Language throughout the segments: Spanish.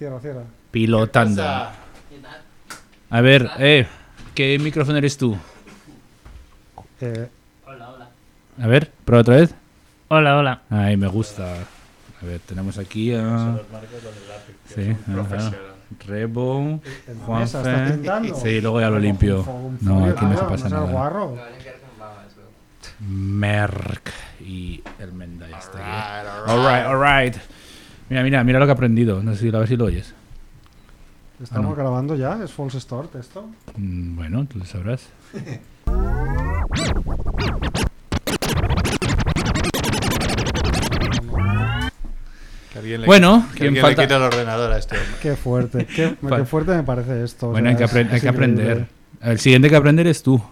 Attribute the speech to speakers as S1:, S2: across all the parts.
S1: Cierra, cierra.
S2: Pilotando. A ver, eh, ¿qué micrófono eres tú?
S1: Eh,
S2: A ver, prueba otra vez.
S3: Hola, hola.
S2: Ay, me gusta. A ver, tenemos aquí a Sí, ajá. Rebo,
S1: en la mesa,
S2: Juanfe.
S1: ¿estás pintando? Ah,
S2: Sí, luego ya lo limpio. No, aquí no se pasa nada.
S1: guarro.
S2: Merck y el Menda este, ¿eh? ya está. aquí. Alright, alright. Mira, mira, mira lo que he aprendido. No sé si a ver si lo oyes.
S1: Estamos
S2: Ah, no.
S1: grabando ya, es false start esto.
S2: Mm, Bueno, tú lo sabrás.
S4: Que alguien le-
S2: Bueno,
S4: que
S2: ¿quién
S4: alguien
S2: falta?
S4: le quita el ordenador a este hombre.
S1: Qué fuerte, qué,
S2: Vale.
S1: qué fuerte me parece esto. o
S2: Bueno,
S1: sea,
S2: hay que,
S1: es-
S2: apren- hay
S1: es
S2: que
S1: increíble.
S2: aprender. El siguiente que aprender es tú.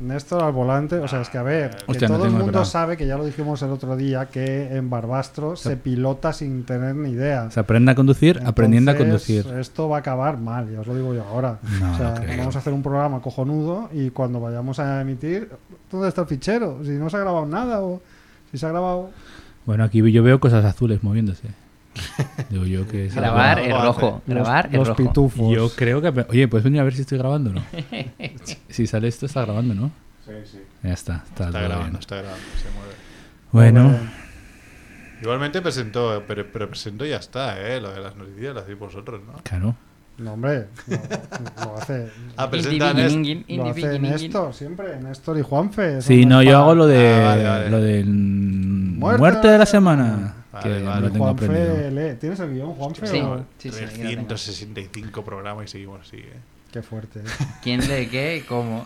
S1: Néstor al volante, o sea, es que a ver, que
S2: Hostia, no
S1: todo el
S2: tengo
S1: mundo
S2: nada.
S1: sabe que ya lo dijimos el otro día que en Barbastro se pilota sin tener ni idea.
S2: Se aprende a conducir aprendiendo a
S1: Entonces, pues,
S2: conducir.
S1: Esto va a acabar mal, ya os lo digo yo ahora.
S2: No,
S1: o sea,
S2: no creo.
S1: vamos a hacer un programa cojonudo y cuando vayamos a emitir, ¿dónde está el fichero? Si no se ha grabado nada o si se ha grabado.
S2: Bueno, aquí yo veo cosas azules moviéndose. Digo yo que es algo-
S3: Grabar el
S4: Hola.
S3: rojo. Grabar
S1: los,
S3: el
S1: los
S3: rojo.
S1: pitufos.
S2: Yo creo que. Oye, ¿puedes venir a ver si estoy grabando o no? si sale esto, está grabando, ¿no? Sí, sí. Ya está, está, todo
S4: Está
S2: bien.
S4: grabando, está grabando, se mueve.
S2: Bueno,
S4: Igualmente presentó, pero, pero presentó y ya está, ¿eh? Lo de las noticias las hacéis vosotros, ¿no?
S2: claro.
S1: No, hombre, no, lo hace.
S4: Ah, presenta a Néstor.
S1: Lo hace
S3: esto.
S1: Néstor, siempre, Néstor y Juanfe. eso
S2: Sí, no,
S1: es
S2: yo
S1: para-
S2: hago lo de.
S4: Ah, vale, vale.
S2: Lo de.
S1: Muerte
S2: Muerte,
S1: de la
S2: de la semana.
S4: Vale,
S2: que
S4: vale.
S2: no lo tengo aprendido.
S1: Juanfe, lee. ¿Tienes el guión, Juanfe?
S3: Sí.
S1: o-
S3: sí, sí, aquí lo tengo.
S4: 365 programas y seguimos así, ¿eh?
S1: Qué fuerte.
S3: ¿Quién de qué y cómo?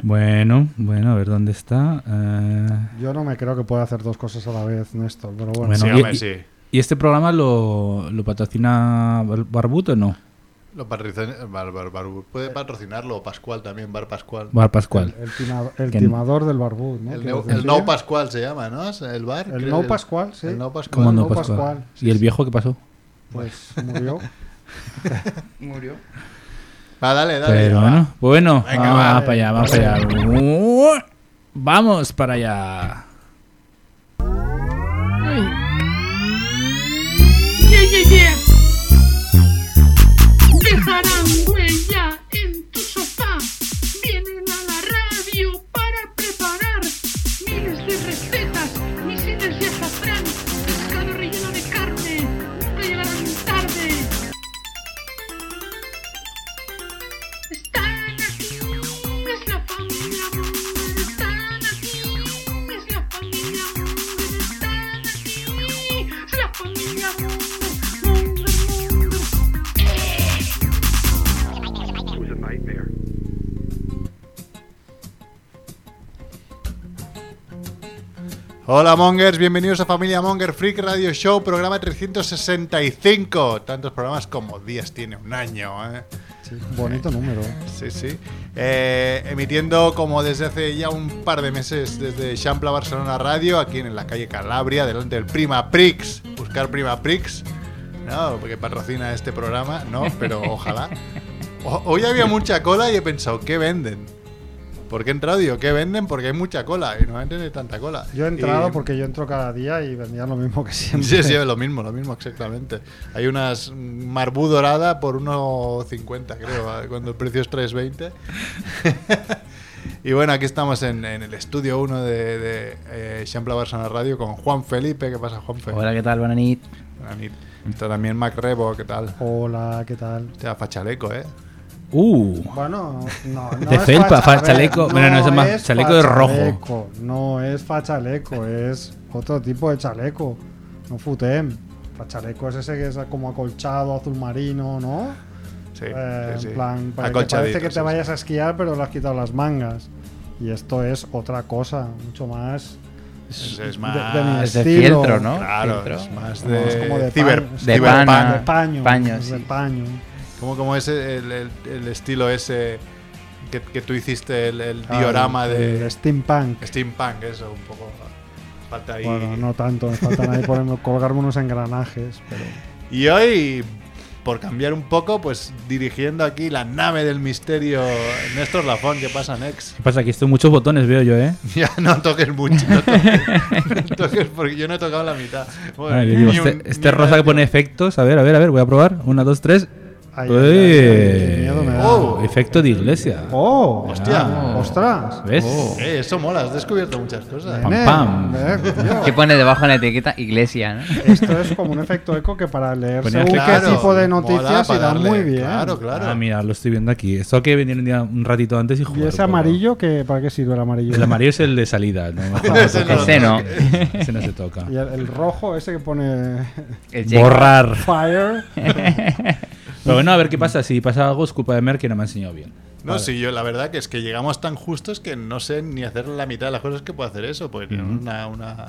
S2: Bueno, bueno, a ver dónde está. Eh,
S1: Yo no me creo que pueda hacer dos cosas a la vez, Néstor, pero bueno.
S2: Bueno.
S4: sí,
S2: y-
S4: hombre,
S2: y-
S4: sí.
S2: ¿Y este programa lo, lo patrocina Bar- Barbuto o no?
S4: Lo patrocina- Bar- Bar- Bar- puede patrocinarlo Pascual también, Bar Pascual.
S2: Bar Pascual.
S1: El, tima- el
S2: Que-
S1: timador del barbud, ¿no?
S4: El,
S1: Quiero
S4: Neu- el
S1: decir.
S4: No Pascual se llama, ¿no? El bar.
S1: El
S4: creo
S1: No
S4: que-
S1: Pascual, sí.
S4: El No Pascual.
S2: ¿Cómo no,
S1: No
S2: Pascual?
S1: Pascual.
S2: ¿Y el viejo qué pasó?
S1: Pues murió.
S3: Murió.
S4: Va, dale, dale.
S2: Pero
S4: ya va.
S2: bueno, pues bueno,
S4: Venga,
S2: vamos
S4: va.
S2: para allá, vamos para allá. Vamos para allá.
S5: Yeah, yeah, yeah. Dejarán huella en tu sofá. Vienen a la radio para preparar miles de recetas, misiles de azafrán, pescado relleno de carne. Nunca llegarán tarde. Están aquí, es la familia Munger. Están aquí, es la familia Munger. Están aquí, es la familia Munger. Munger, Munger.
S4: Hola Mongers, bienvenidos a Familia Monger Freak Radio Show, programa 365. Tantos programas como días tiene un año, ¿eh?
S1: Sí, bonito número.
S4: Sí, sí. Eh, emitiendo como desde hace ya un par de meses desde Champla Barcelona Radio, aquí en la calle Calabria, delante del Prima Prix. Buscar Prima Prix, ¿no? Porque patrocina este programa, ¿no? Pero ojalá. O- hoy había mucha cola y he pensado, ¿qué venden? Porque he entrado y digo, ¿qué venden? Porque hay mucha cola y no venden de tanta cola.
S1: Yo he entrado
S4: Y-
S1: porque yo entro cada día y vendían lo mismo que siempre.
S4: Sí, sí, lo mismo, lo mismo, exactamente. Hay unas mm, marbú dorada por 1,50, creo, cuando el precio es 3,20. y bueno, aquí estamos en, en el estudio 1 de, de eh, Xampla Barcelona Radio con Juan Felipe. ¿Qué pasa, Juan Felipe?
S3: Hola, ¿qué tal, Bananit?
S4: Está también Mac Rebo, ¿qué tal?
S1: Hola, ¿qué tal?
S4: Te da fachaleco, ¿eh?
S2: Uh,
S1: Bueno, no, no
S2: De
S1: es
S2: felpa,
S1: facha-
S2: fa- chaleco.
S1: a ver,
S2: Bueno, no, es más, chaleco de rojo.
S1: fachaleco, No es fachaleco, es otro tipo de chaleco. No futem. Fachaleco es ese que es como acolchado, azul marino, ¿no?
S4: Sí,
S1: Eh,
S4: sí, sí.
S1: En plan, para que
S4: Acolchadito,
S1: parece que te
S4: sí, sí.
S1: vayas a esquiar, pero le has quitado las mangas. Y esto es otra cosa, mucho más.
S4: Es, es
S1: de-
S4: más...
S1: de mi
S3: Es de
S1: estilo.
S3: fieltro, ¿no?
S4: Claro,
S3: Fieltro.
S4: es más
S1: No, es
S4: de,
S1: como de
S4: ciber,
S1: pan, es
S3: de
S4: ciberpunk.
S3: pana.
S1: De paño.
S3: Paño,
S1: es de
S3: sí.
S1: paño.
S4: ¿Cómo, cómo es el, el- el estilo ese que, que tú hiciste, el, el diorama
S1: Ah,
S4: de
S1: el steampunk.
S4: steampunk? Eso, un poco. Falta ahí.
S1: Bueno, no tanto, me faltan ahí ponerme- colgarme unos engranajes, pero
S4: Y hoy por cambiar un poco, pues dirigiendo aquí la nave del misterio Néstor Lafón. ¿Qué pasa, Nex?
S2: ¿Qué pasa? Aquí estoy muchos botones, veo yo, ¿eh?
S4: Ya no toques mucho, no toques, no toques, porque yo no he tocado la mitad. Bueno,
S2: Ay, le digo,
S4: ni
S2: este
S4: un-
S2: este
S4: ni
S2: rosa
S4: una-
S2: que pone efectos. A ver, a ver, a ver, voy a probar. Una, dos, tres.
S1: Ay,
S2: Uy,
S1: ay, ay, qué miedo me da.
S4: Oh.
S2: Efecto de iglesia.
S1: ¡Oh!
S4: Hostia.
S2: Ah.
S1: ¡Ostras!
S2: ¿Ves? Ah,
S4: Eh, eso mola, has descubierto muchas cosas.
S2: Pam,
S1: Nene,
S2: pam.
S1: eh, coño,
S3: ¿Qué pone debajo en la etiqueta? Iglesia, ¿no?
S1: Esto es como un efecto eco que para leer
S2: Ponía
S1: según
S4: Claro,
S1: qué tipo de
S4: mola
S1: noticias
S4: para
S1: y da
S4: darle-
S1: muy bien.
S4: Claro, claro.
S2: Ah, mira, lo estoy viendo aquí. Esto hay que venir un, día, un ratito antes y jugar.
S1: ¿Y ese
S2: un poco.
S1: amarillo? Que, ¿Para qué sirve el amarillo?
S2: El amarillo es el de salida. ¿no?
S4: Ese no.
S3: Ese no.
S2: Ese no se toca.
S3: Ah.
S1: Y el, el rojo ese que pone
S3: El check.
S2: Borrar.
S1: fire.
S2: Pero bueno, a ver qué pasa. Si pasa algo, es culpa de Mer que no me ha enseñado bien.
S4: No, sí, yo la verdad que es que llegamos tan justos que no sé ni hacer la mitad de las cosas que puede hacer eso, porque tiene una, una,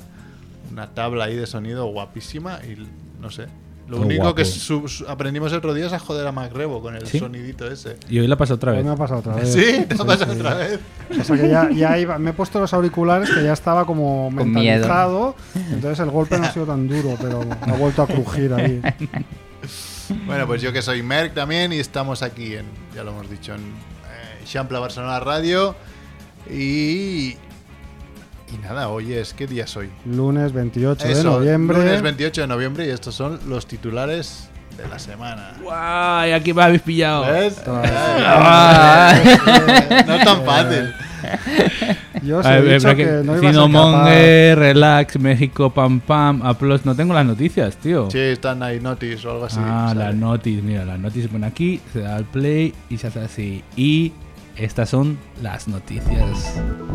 S4: una tabla ahí de sonido guapísima y no sé. Lo
S2: Todo
S4: único
S2: guapo.
S4: que su- su- aprendimos el otro día es a joder a Macrebo con el
S2: ¿Sí? Eh,
S4: sonidito ese.
S2: Y hoy la pasa otra
S1: A mí
S2: vez.
S1: pues me ha pasado otra vez.
S4: ¿Sí? ¿Te lo pasa otra vez?
S1: O sea que ya, ya iba- me he puesto los auriculares que ya estaba como
S3: Con
S1: mentalizado. Entonces el golpe no ha sido tan duro, pero ha vuelto a crujir ahí.
S4: Bueno, pues yo que soy Merck también y estamos aquí en, ya lo hemos dicho, en eh, Champla Barcelona Radio y... Y nada, oye, es qué día es hoy.
S1: Lunes 28 de
S4: Eso,
S1: noviembre.
S4: Lunes 28 de noviembre y estos son los titulares de la semana.
S2: ¡Guay! Aquí me habéis pillado.
S1: Eh,
S4: ¿Ves?
S3: Ah.
S4: Eh, no tan fácil.
S1: Yo os he
S2: A ver,
S1: dicho
S2: eh, pero
S1: que, no iba a ser
S2: Sinomonger, Relax, México, Pam Pam, Aplos. No tengo las noticias, tío.
S4: Sí, están ahí notis o algo así.
S2: ah,
S4: sale.
S2: las notis. Mira, las notis se pone aquí, se da al play y se hace así. Y estas son las noticias.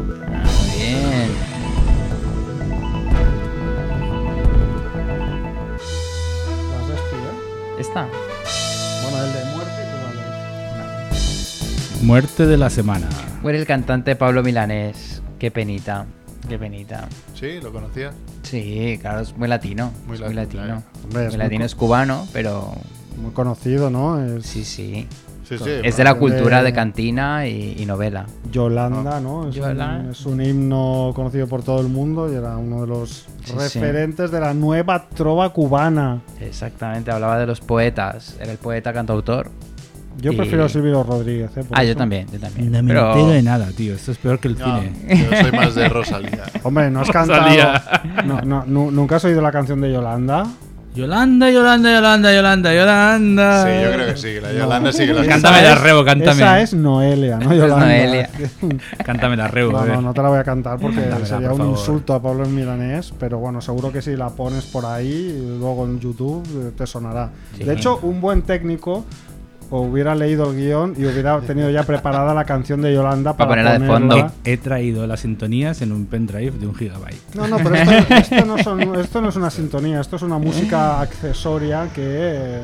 S3: Muy bien.
S1: capaz- Las de este, ¿eh?
S3: ¿Esta?
S1: Bueno, el de muerte y tú la
S2: Muerte de la semana.
S3: Muere el cantante Pablo Milanés. Qué penita. Qué penita.
S4: Sí, lo conocía.
S3: Sí, claro, es muy latino.
S4: Muy
S3: es muy
S4: latino,
S3: latino.
S4: claro.
S1: Hombre, es
S3: muy
S1: muy
S3: latino
S1: co-
S3: es cubano, pero
S1: de- Muy conocido, ¿no? Es
S3: sí, sí.
S4: Sí, sí. Eh.
S3: Es de la
S1: vale.
S3: cultura de cantina y, y novela. Ah.
S1: Yolanda, ¿no? Es,
S3: Yolanda.
S1: Un, es un himno conocido por todo el mundo y era uno de los
S3: Sí,
S1: referentes de la nueva trova cubana.
S3: Exactamente, hablaba de los poetas. Era el poeta cantautor.
S1: Yo
S3: Y-
S1: prefiero a Silvio Rodríguez, ¿eh? por
S3: Ah,
S1: eso.
S3: yo también, yo también.
S2: No me
S3: Pero-
S2: entero de nada, tío. Esto es peor que el
S4: No,
S2: cine.
S4: yo soy más de Rosalía.
S1: Hombre, ¿no has cantado? No, no, nu- ¿Nunca has oído la canción de Yolanda?
S2: Yolanda, Yolanda, Yolanda, Yolanda, Yolanda.
S4: Sí, yo creo que sí. que La Yolanda sí que la
S2: Cántame
S1: Esa
S2: la
S1: es-
S2: rebo, cántame.
S1: Esa es Noelia, no Yolanda.
S3: Noelia.
S2: Cántame la reo. eh.
S1: No,
S2: a ver.
S3: eh.
S1: no, no te la voy a cantar porque
S2: Dámela,
S1: sería
S2: por
S1: un
S2: favor.
S1: insulto a Pablo Milanés, pero bueno, seguro que si la pones por ahí, luego en YouTube eh, te sonará. De hecho, un buen técnico hubiera leído el guión y hubiera tenido ya preparada la canción de Yolanda para,
S3: Para ponerla de fondo.
S1: ponerla.
S2: He traído las sintonías en un pendrive de un gigabyte.
S1: No, no, pero esto, esto no son- esto no es una sintonía, esto es una música accesoria que... eh,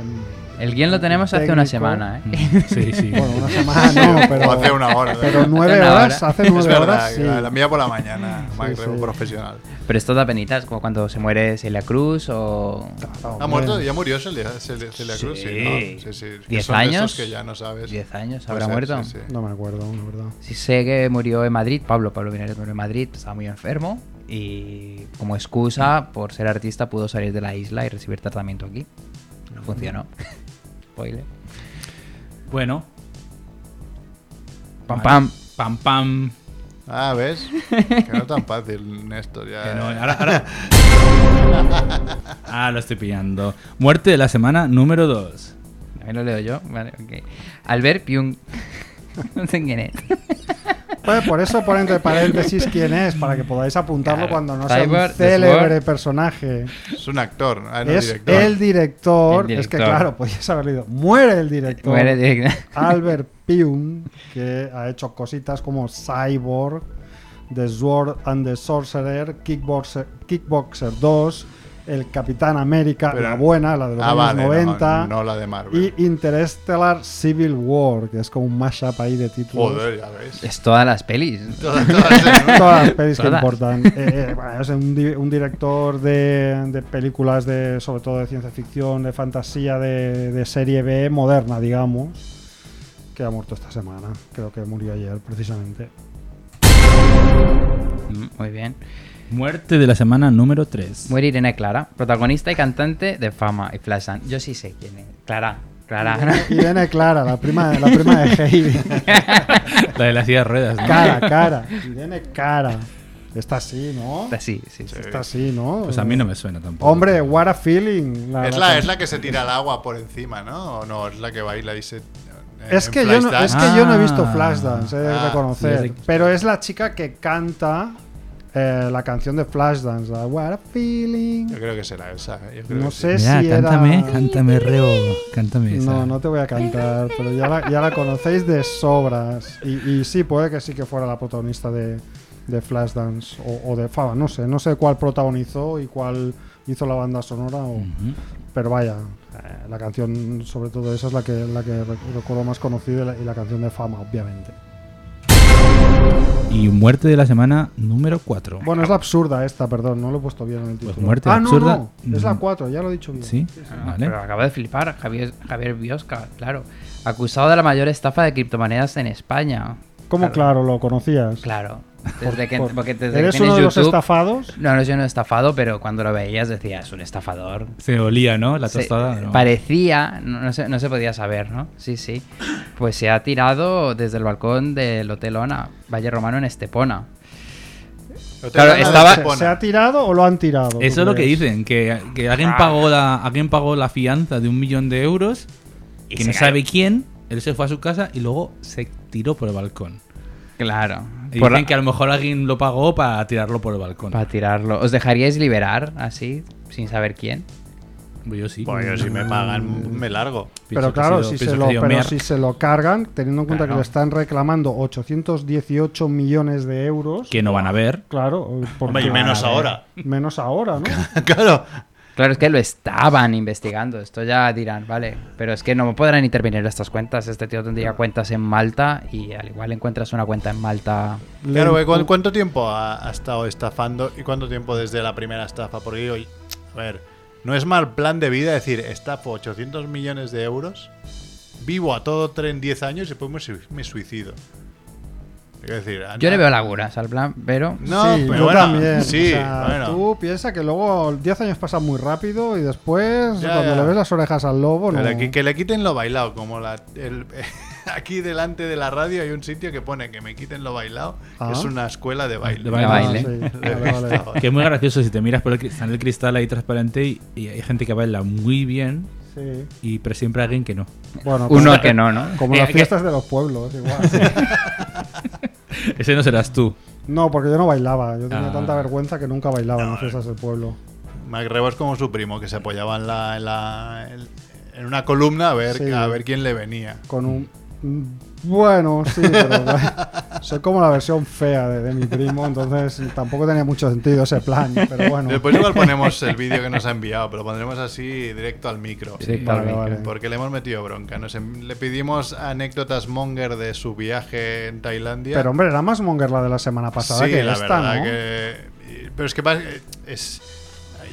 S3: El guión lo tenemos hace
S1: Técnico.
S3: una
S1: Mm.
S3: semana, ¿eh?
S2: Sí, sí.
S1: Bueno, una
S4: Ah,
S1: semana no, pero...
S4: O hace una hora. ¿verdad?
S1: Pero nueve
S3: Una hora.
S1: horas, hace
S4: es
S1: nueve
S4: verdad,
S1: horas, sí.
S4: la, la mía por la mañana. Macrebo
S1: sí.
S4: profesional.
S3: Pero esto da penitas, como cuando se muere Celia Cruz o.
S4: ¿Ha muerto? ¿Ya murió Celia, Celia, Celia Cruz? Sí,
S3: Sí.
S4: ¿no? sí, sí. Que son
S3: ¿Diez
S4: de esos
S3: años?
S4: que ya no sabes.
S3: 10 años,
S4: Puede
S3: ¿habrá
S4: ser,
S3: muerto?
S4: sí, sí.
S1: No me acuerdo, la verdad.
S3: Sí sé que murió en Madrid, Pablo, Pablo Milanés murió en Madrid, estaba muy enfermo y como excusa, por ser artista, pudo salir de la isla y recibir tratamiento aquí. No funcionó. Spoiler.
S2: Bueno.
S3: Pam, pam.
S2: Pam, pam.
S4: Ah, ¿ves? Que no tan fácil, Néstor. Ya,
S2: Que no, ahora- ahora- Ah, lo estoy pillando. Muerte de la semana número 2.
S3: Ahí lo leo yo. Vale, ok. Albert Pyung. no sé quién es.
S1: Pues por eso pon entre paréntesis quién es, para que podáis apuntarlo
S3: Claro.
S1: cuando no sea un
S3: Cyber, The
S1: célebre
S3: Sword.
S1: personaje.
S4: Es un actor, ah, no
S1: es
S4: director.
S1: el director.
S3: El
S1: Es que
S3: director.
S1: claro, podías haber leído. Muere el director.
S3: Muere directa-
S1: Albert Pyun, que ha hecho cositas como Cyborg, The Sword and the Sorcerer, Kickboxer, Kickboxer 2, El Capitán América,
S4: Pero-
S1: la buena, la de los
S4: Ah,
S1: años
S4: vale, no,
S1: 90,
S4: No, la de Marvel.
S1: y Interstellar Civil War, que es como un mashup ahí de títulos.
S4: Joder, ya ves.
S3: Es todas las pelis.
S4: Todas- todas ¿eh? en una.
S1: todas las pelis que
S3: Todas.
S1: importan. Eh, eh, bueno, es un, di- un director de, de películas de, sobre todo de ciencia ficción, de fantasía, de, de serie B moderna, digamos, que ha muerto esta semana. Creo que murió ayer, precisamente.
S3: Mm, Muy bien.
S2: Muerte de la semana número 3.
S3: Muere Irene Clara, protagonista y cantante de Fama y Flashdance. Yo sí sé quién es. Clara. Clara.
S1: Y viene Clara, la prima, la prima de Heidi.
S2: La de las sillas ruedas, ¿no?
S1: Cara, cara. Irene Cara. Está así, ¿no?
S3: Sí, sí, sí.
S1: Está así, ¿no?
S2: Pues a mí no me suena tampoco.
S1: Hombre, what a feeling.
S4: Es la, es la que se tira al agua por encima, ¿no? O no, es la que baila y se. eh,
S1: Es
S4: en
S1: que, yo no,
S4: Flashdance.
S1: es que yo no he visto
S2: Ah.
S1: Flashdance, he de
S4: Ah,
S1: reconocer.
S2: sí, es de-
S1: Pero es la chica que canta eh, la canción de Flashdance, la What a Feeling.
S4: Yo creo que será esa. ¿eh? yo creo
S1: No
S4: que sí.
S1: sé
S2: Mira,
S1: si
S2: cántame,
S1: era.
S2: cántame, Reo. Cántame esa.
S1: No, no te voy a cantar, pero ya la, ya la conocéis de sobras. Y, y sí, puede que sí que fuera la protagonista de, de Flashdance o, o de Fava, no sé. No sé cuál protagonizó y cuál hizo la banda sonora, o-
S2: Ujú.
S1: pero vaya, eh, la canción, sobre todo esa, es la que, la que rec- recuerdo más conocida y la, y la canción de Fama, obviamente.
S2: Y muerte de la semana número 4.
S1: Bueno, es la absurda esta, perdón, no lo he puesto bien en el título.
S2: Pues muerte
S1: ah, no,
S2: absurda.
S1: no, es la 4, ya lo he dicho bien.
S2: ¿Sí?
S3: Pero
S2: Vale.
S3: acabo de flipar, Javier, Javier Biosca, claro. Acusado de la mayor estafa de criptomonedas en España.
S1: ¿Cómo claro, lo conocías?
S3: Claro. Desde que,
S1: Por-
S3: porque desde que
S1: ¿Eres
S3: tienes
S1: uno de los
S3: YouTube-
S1: estafados?
S3: No, no, yo no he estafado, pero cuando lo veías decías, un estafador.
S2: Se olía, ¿no? La
S3: Se-
S2: tostada. ¿no?
S3: Parecía, no, no se, no se podía saber, ¿no? Sí, sí. Pues se ha tirado desde el balcón del Hotel Ona, Valle Romano en Estepona.
S4: No te dan
S3: Claro,
S4: nada de
S3: estaba-
S1: ¿Se,
S4: tapona.
S1: se ha tirado o lo han tirado? tú
S2: Eso es lo que
S1: crees?
S2: dicen, que, que alguien, pagó la, alguien pagó la fianza de un millón de euros,
S3: Y
S2: que
S3: se
S2: no
S3: cayó.
S2: sabe quién, él se fue a su casa y luego se tiró por el balcón.
S3: Claro.
S2: Y
S3: Por la-
S2: dicen que a lo mejor alguien lo pagó para tirarlo por el balcón.
S3: Para tirarlo. ¿Os dejaríais liberar así, sin saber quién?
S2: Pues yo sí.
S4: Bueno, yo si me pagan, me largo.
S2: Pienso
S1: Pero
S2: que
S1: claro,
S2: sido-
S1: si
S2: pienso
S1: se,
S2: que
S1: lo,
S2: sido
S1: pero
S2: Merck.
S1: si se lo cargan, teniendo en cuenta que
S3: Claro.
S1: le están reclamando 818 millones de euros.
S2: Que no van a ver.
S1: Claro, porque-
S4: Hombre, y menos ahora.
S1: Menos ahora, ¿no?
S4: claro.
S3: Claro, es que lo estaban investigando. Esto ya dirán, vale. Pero es que no podrán intervenir estas cuentas. Este tío tendría cuentas en Malta y al igual encuentras una cuenta en Malta.
S1: Le-
S4: Claro, güey, ¿cu- ¿cuánto tiempo ha, ha estado estafando y cuánto tiempo desde la primera estafa? Porque digo, a ver, no es mal plan de vida decir, estafo 800 millones de euros, vivo a todo tren 10 años y después me, sui- me suicido. Quiero decir,
S3: Yo le veo laguras al plan, pero.
S4: No,
S1: Sí,
S4: pero
S1: yo
S4: bueno,
S1: también.
S4: sí,
S1: O sea,
S4: bueno.
S1: Tú piensas que luego 10 años pasan muy rápido y después,
S4: Ya,
S1: cuando
S4: ya.
S1: le ves las orejas al lobo, no.
S4: Pero que, que le quiten lo bailado, como la, el- aquí delante de la radio hay un sitio que pone que me quiten lo bailado,
S1: Ah.
S4: que es una escuela de baile.
S2: De
S1: Ah,
S2: baile.
S1: sí, vale, vale.
S2: Que es muy gracioso si te miras por el, cri- está en el cristal ahí transparente y, y hay gente que baila muy bien,
S1: Sí.
S2: y pero siempre alguien que no.
S1: Bueno,
S3: Uno
S1: como-
S3: que no, ¿no?
S1: Como
S2: Eh,
S1: las
S2: que-
S1: fiestas de los pueblos, igual.
S2: Ese no serás tú.
S1: No, porque yo no bailaba. Yo tenía
S2: Ah.
S1: tanta vergüenza que nunca bailaba en las
S4: eh.
S1: fiestas del pueblo.
S4: Mac Rebo es como su primo, que se apoyaba en, la, en, la- en- en una columna a ver,
S1: Sí.
S4: a ver quién le venía.
S1: con un bueno, sí, pero soy como la versión fea de, de mi primo, entonces tampoco tenía mucho sentido ese plan, pero bueno.
S4: Después igual ponemos el vídeo que nos ha enviado, pero lo pondremos así directo al micro.
S3: Sí,
S1: Vale,
S3: tal vez.
S1: vale.
S4: Porque le hemos metido bronca. Nos en- le pedimos anécdotas monger de su viaje en Tailandia.
S1: Pero hombre, era más monger la de la semana pasada que
S4: la
S1: esta,
S4: verdad
S1: ¿no?
S4: que- y- Pero es que pa- es,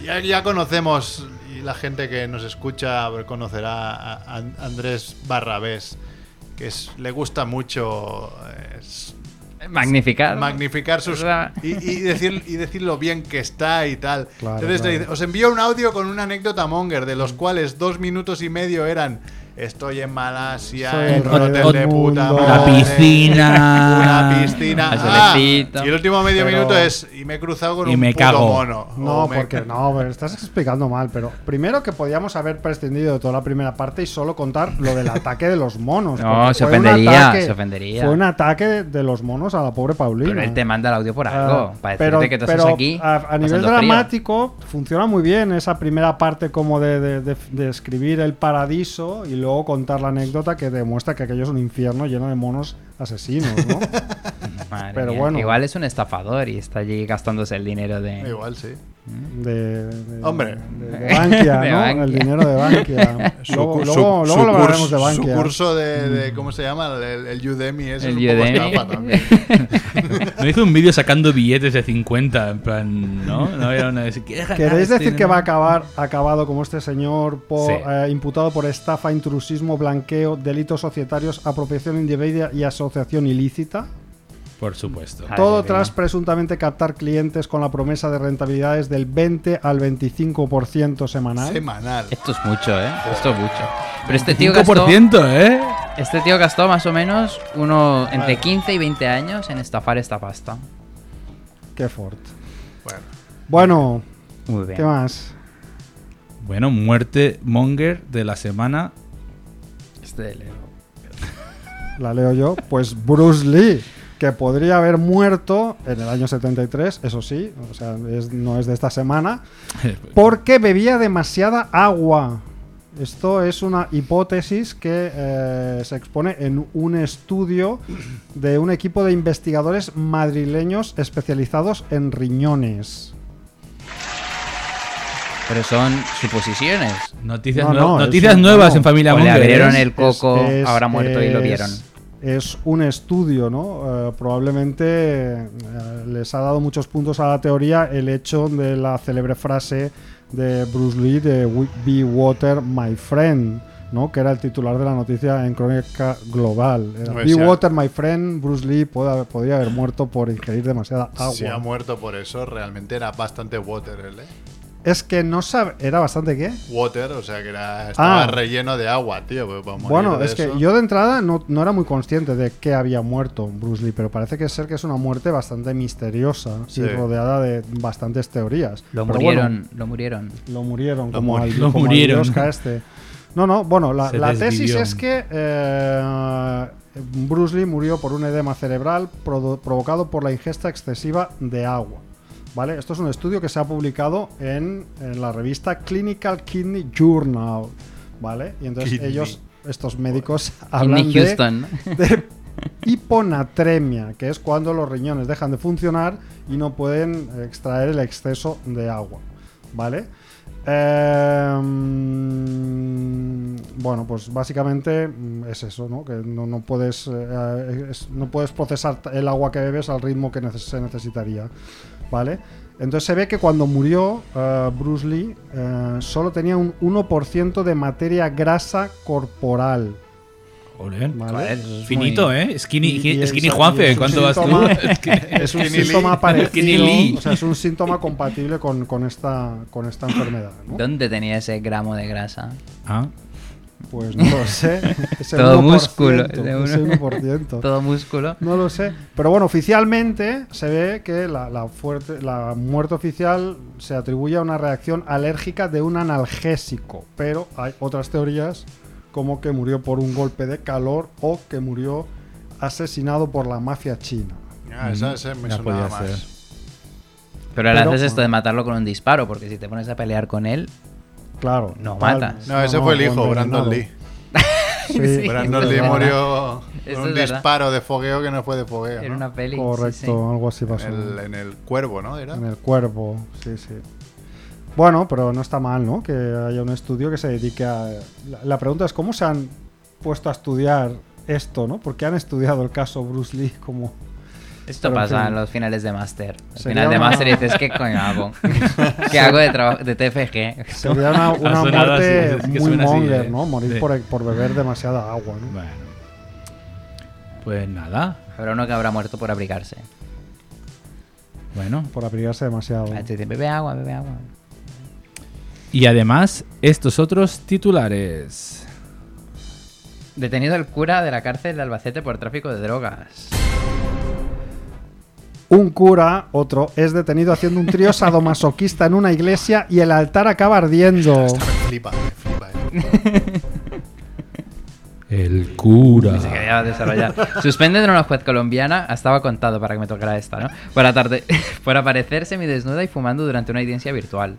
S4: ya, ya conocemos, y la gente que nos escucha conocerá a a Andrés Barrabés, que es, le gusta mucho es,
S3: Magnificar.
S4: magnificar sus
S3: ¿Verdad?
S4: y, y decir y decir lo bien que está y tal.
S1: Claro,
S4: Entonces te
S1: claro. Mm.
S4: dice, os envío un audio con una anécdota monger de los cuales dos minutos y medio eran estoy en Malasia,
S1: Soy el
S4: en un
S1: rey
S4: hotel
S1: del
S4: de puta
S1: mundo".
S4: madre,
S2: La piscina.
S4: una piscina.
S3: El
S4: Ah,
S3: solecito.
S4: y el último medio
S1: Pero-
S4: minuto es y me he cruzado con
S2: Y
S4: un
S2: me
S4: puto
S2: cago.
S4: mono.
S1: No,
S4: O me-
S1: porque no, pero estás explicando mal, pero primero que podíamos haber prescindido de toda la primera parte y solo contar lo del ataque de los monos.
S3: No,
S1: porque
S3: se
S1: fue un
S3: ofendería, se ofendería.
S1: Fue un ataque de los monos a la pobre Paulina.
S3: Pero él te manda el audio por algo.
S1: Ah,
S3: para decirte que tú estás
S1: pero
S3: aquí.
S1: A, a nivel
S3: pasando frío.
S1: dramático, funciona muy bien esa primera parte como de, de- de- de escribir el paradiso y luego contar la anécdota que demuestra que aquello es un infierno lleno de monos asesinos, ¿no?
S3: Madre
S1: pero
S3: mía,
S1: bueno.
S3: Igual es un estafador y está allí gastándose el dinero de.
S4: Igual sí.
S1: De, de-
S4: Hombre.
S1: De, de Bankia, ¿no?
S3: De Bankia.
S1: El dinero de Bankia.
S4: Su
S1: luego
S4: cu-
S1: luego,
S4: su-
S1: luego
S4: su
S1: lo hablaremos
S4: curso-
S1: de Bankia.
S4: Su curso de,
S1: Mm.
S4: de- ¿cómo se llama? El, el Udemy ese
S3: El
S4: es un poco
S3: Udemy.
S4: estafa también.
S2: No hizo un vídeo sacando billetes de 50, en plan, ¿no? No era una de "¿Quieres ganar
S1: ¿Queréis
S2: este
S1: decir que
S2: dinero?".
S1: va a acabar acabado como este señor por,
S2: Sí.
S1: eh, imputado por estafa, intrusismo, blanqueo, delitos societarios, apropiación indebida y asociación ilícita?
S2: Por supuesto.
S3: Ah,
S1: Todo
S3: bien, bien,
S1: tras
S3: bien.
S1: presuntamente captar clientes con la promesa de rentabilidades del 20 al 25% semanal.
S4: Semanal.
S3: Esto es mucho, ¿eh? Esto es mucho. Pero este tío gastó,
S2: 5%, ¿eh?
S3: este tío gastó más o menos uno entre 15 y 20 años en estafar esta pasta.
S1: Qué fort.
S4: Bueno,
S1: Bueno,
S3: Muy bien.
S1: ¿qué más?
S2: Bueno, muerte monger de la semana.
S3: Este le-
S1: La leo yo. Pues Bruce Lee, que podría haber muerto en el año 73, eso sí, o sea, es- no es de esta semana, porque bebía demasiada agua. Esto es una hipótesis que eh, se expone en un estudio de un equipo de investigadores madrileños especializados en riñones.
S3: Pero son suposiciones.
S2: Noticias,
S1: No,
S2: nue-
S1: no,
S2: noticias
S1: eso
S2: nuevas
S1: no.
S2: en Familia
S3: O le
S2: Monger.
S3: abrieron
S2: ¿eh?
S3: el coco, habrá muerto y lo
S1: es-
S3: vieron.
S1: Es un estudio, ¿no? Eh, probablemente eh, les ha dado muchos puntos a la teoría el hecho de la célebre frase de Bruce Lee de "We- Be Water, my friend, ¿no? Que era el titular de la noticia en Crónica Global. Era,
S4: Pues
S1: Be
S4: sí, ha-
S1: Water, my friend, Bruce Lee puede haber- podría haber muerto por ingerir demasiada agua.
S4: si ha muerto por eso, realmente era bastante water él, ¿eh?
S1: es que no sabe. ¿Era bastante qué?
S4: Water, o sea que era, estaba
S1: Ah.
S4: relleno de agua, tío. pues, para morir
S1: Bueno,
S4: de
S1: es
S4: eso.
S1: que yo de entrada no, no era muy consciente de que había muerto Bruce Lee, pero parece que ser que es una muerte bastante misteriosa
S4: Sí.
S1: y rodeada de bastantes teorías.
S3: Lo
S1: Pero
S3: murieron,
S1: bueno,
S3: lo murieron.
S1: lo murieron,
S4: Lo
S1: como,
S4: muri-
S1: al,
S2: lo
S1: como al
S2: murieron.
S1: Biosca este. No, no, bueno, la,
S2: Se
S1: la tesis
S2: desvivió.
S1: es que eh, Bruce Lee murió por un edema cerebral prodo- provocado por la ingesta excesiva de agua. ¿Vale? Esto es un estudio que se ha publicado en, en la revista Clinical Kidney Journal. ¿Vale? Y entonces
S4: Kidney.
S1: ellos, estos médicos, hablan
S3: Whitney
S1: de,
S3: Houston.
S1: de hiponatremia, que es cuando los riñones dejan de funcionar y no pueden extraer el exceso de agua. ¿Vale? Em, bueno, pues básicamente mm, es eso, ¿no? Que no, no puedes, eh, es- no puedes procesar t- el agua que bebes al ritmo que neces- se necesitaría. ¿Vale? Entonces se ve que cuando murió eh, Bruce Lee eh, solo tenía un 1% de materia grasa corporal.
S2: Joder.
S1: ¿vale?
S3: Joder, eso es
S2: Finito,
S3: muy-
S2: ¿eh? Skinny,
S1: Y- y
S2: skinny
S1: esa- y
S2: Juanfe,
S1: es un
S2: ¿cuánto vas tú?
S1: síntoma-
S2: Es que-
S1: es un
S4: Skinny Lee.
S1: síntoma
S2: Skinny
S1: parecido,
S2: Lee.
S1: o sea, es un síntoma compatible con, con esta, con esta enfermedad, ¿no?
S3: ¿Dónde tenía ese gramo de grasa?
S2: Ah,
S1: Pues no lo sé. Ese
S3: Todo
S1: 1%,
S3: músculo,
S1: ese
S3: de uno.
S1: 1%.
S3: Todo músculo.
S1: No lo sé. Pero bueno, oficialmente se ve que la, la fuerte, la muerte oficial se atribuye a una reacción alérgica de un analgésico. Pero hay otras teorías como que murió por un golpe de calor o que murió asesinado por la mafia china.
S4: Ah, esa, esa me
S2: ya podía
S4: sonaba más.
S2: ser.
S3: Pero ahora
S1: Pero-
S3: haces esto de matarlo con un disparo, porque si te pones a pelear con él,
S1: Claro.
S3: No
S1: tal-
S3: matas.
S4: No, ese fue el hijo,
S1: envenenado.
S4: Brandon Lee.
S1: Sí,
S4: Brandon
S3: esto es
S4: Lee
S3: verdad.
S4: murió
S3: Esto
S4: con un
S3: es verdad.
S4: disparo de fogueo que no fue de fogueo.
S3: en
S4: ¿no?
S3: una peli. sí,
S1: correcto,
S3: sí.
S1: algo así
S4: En
S1: pasó.
S4: el, en el cuervo, ¿no? Era.
S1: En el cuervo, sí, sí. Bueno, pero no está mal, ¿no? Que haya un estudio que se dedique a... La, la pregunta es cómo se han puesto a estudiar esto, ¿no? Porque han estudiado el caso Bruce Lee como...
S3: Esto
S1: Pero en
S3: pasa
S1: fin.
S3: en los finales de máster. Al
S1: Sería
S3: final de
S1: una-
S3: máster dices, ¿qué coño hago? ¿Qué hago de, trabajo- de TFG?
S1: Sería una, una
S2: sonado
S1: muerte
S2: así, es que
S1: muy
S2: suena así,
S1: monger,
S2: ¿eh?
S1: ¿no? Morir
S2: Sí.
S1: por, por beber demasiada agua, ¿no?
S2: Bueno. Pues nada.
S3: Habrá uno que habrá muerto por abrigarse.
S2: Bueno.
S1: Por abrigarse demasiado.
S3: Ah, te dice, Bebe agua, bebe agua.
S2: Y además, estos otros titulares.
S3: Detenido el cura de la cárcel de Albacete por tráfico de drogas.
S1: Un cura, otro, es detenido haciendo un trío sadomasoquista en una iglesia y el altar acaba ardiendo.
S4: Me flipa, me flipa. eh.
S2: El cura.
S3: Se quería desarrollar. Suspenden a una juez colombiana, Ah, estaba contado para que me tocara esta, ¿no? Por, atarde- por aparecer semidesnuda y fumando durante una audiencia virtual.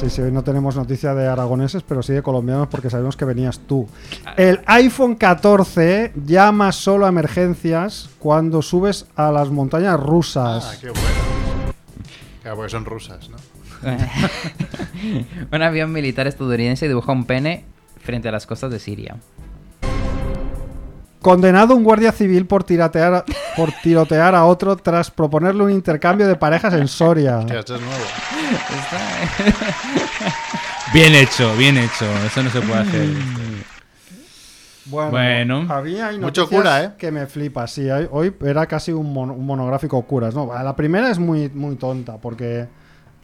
S1: Sí, sí, hoy no tenemos noticia de aragoneses, pero sí de colombianos porque sabemos que venías tú. El iPhone 14 llama solo a emergencias cuando subes a las montañas
S4: Ah,
S1: rusas.
S4: qué bueno. Claro, porque son rusas, ¿no?
S3: un avión militar estadounidense dibuja un pene frente a las costas de Siria.
S1: Condenado un guardia civil por, tiratear a- por tirotear a otro tras proponerle un intercambio de parejas en Soria.
S4: Hostia, esto es nuevo.
S3: Está-
S4: Mm.
S2: Bien hecho, bien hecho. Eso no se puede hacer.
S1: Bueno,
S2: Bueno.
S1: había hay
S4: Mucho
S1: noticias
S4: cura, ¿eh?
S1: que me flipa, sí. hay- Hoy era casi un, mon- un monográfico curas, ¿no? La primera es muy, muy tonta porque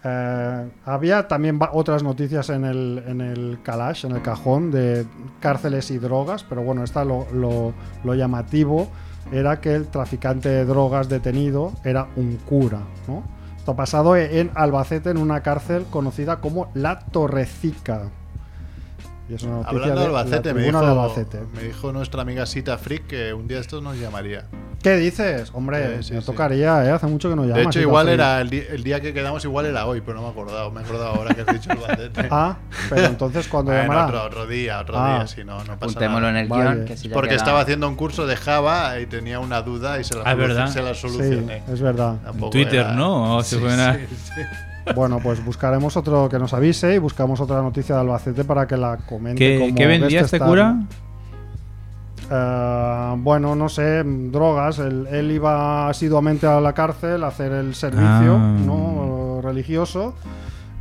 S1: eh, había también va- otras noticias en el, en el calash, en el cajón, de cárceles y drogas, pero bueno, esta lo, lo- lo llamativo era que el traficante de drogas detenido era un cura, ¿no? Esto ha pasado en Albacete, en una cárcel conocida como La Torrecica. Y es una noticia
S4: Hablando de
S1: de la
S4: Albacete, me
S1: Tribuna
S4: dijo,
S1: de Albacete.
S4: me dijo nuestra amiga Sita Frick que un día esto nos llamaría.
S1: ¿Qué dices? Hombre,
S4: Eh, sí,
S1: me
S4: sí.
S1: tocaría, ¿eh? Hace mucho que no llamas.
S4: De hecho,
S1: y te
S4: igual
S1: hace-
S4: era el, di- el día que quedamos, igual era hoy, pero no me he acordado. Me he acordado ahora que has dicho Albacete.
S1: Ah, pero entonces cuando
S4: Bueno,
S1: llamará.
S4: otro, otro día, otro
S1: Ah.
S4: día, si no, no pasa
S3: Apuntémoslo en
S4: nada.
S3: el
S1: Vale.
S3: guión. Que si ya
S4: Porque
S3: queda-
S4: estaba haciendo un curso de Java y tenía una duda y se la,
S2: Ah,
S4: solu-
S2: ¿verdad?
S4: se la
S1: Sí,
S4: solucioné.
S1: es verdad.
S4: Tampoco
S2: Twitter,
S4: era-
S2: ¿no? O se fue una-
S1: Bueno, pues buscaremos otro que nos avise y buscamos otra noticia de Albacete para que la comente.
S2: ¿Qué,
S1: como
S2: qué vendía
S1: Best
S2: este
S1: Star.
S2: cura?
S1: Eh, bueno, no sé, mm, drogas. Él, él iba asiduamente a la cárcel a hacer el servicio
S2: Ah.
S1: ¿no? Eh, religioso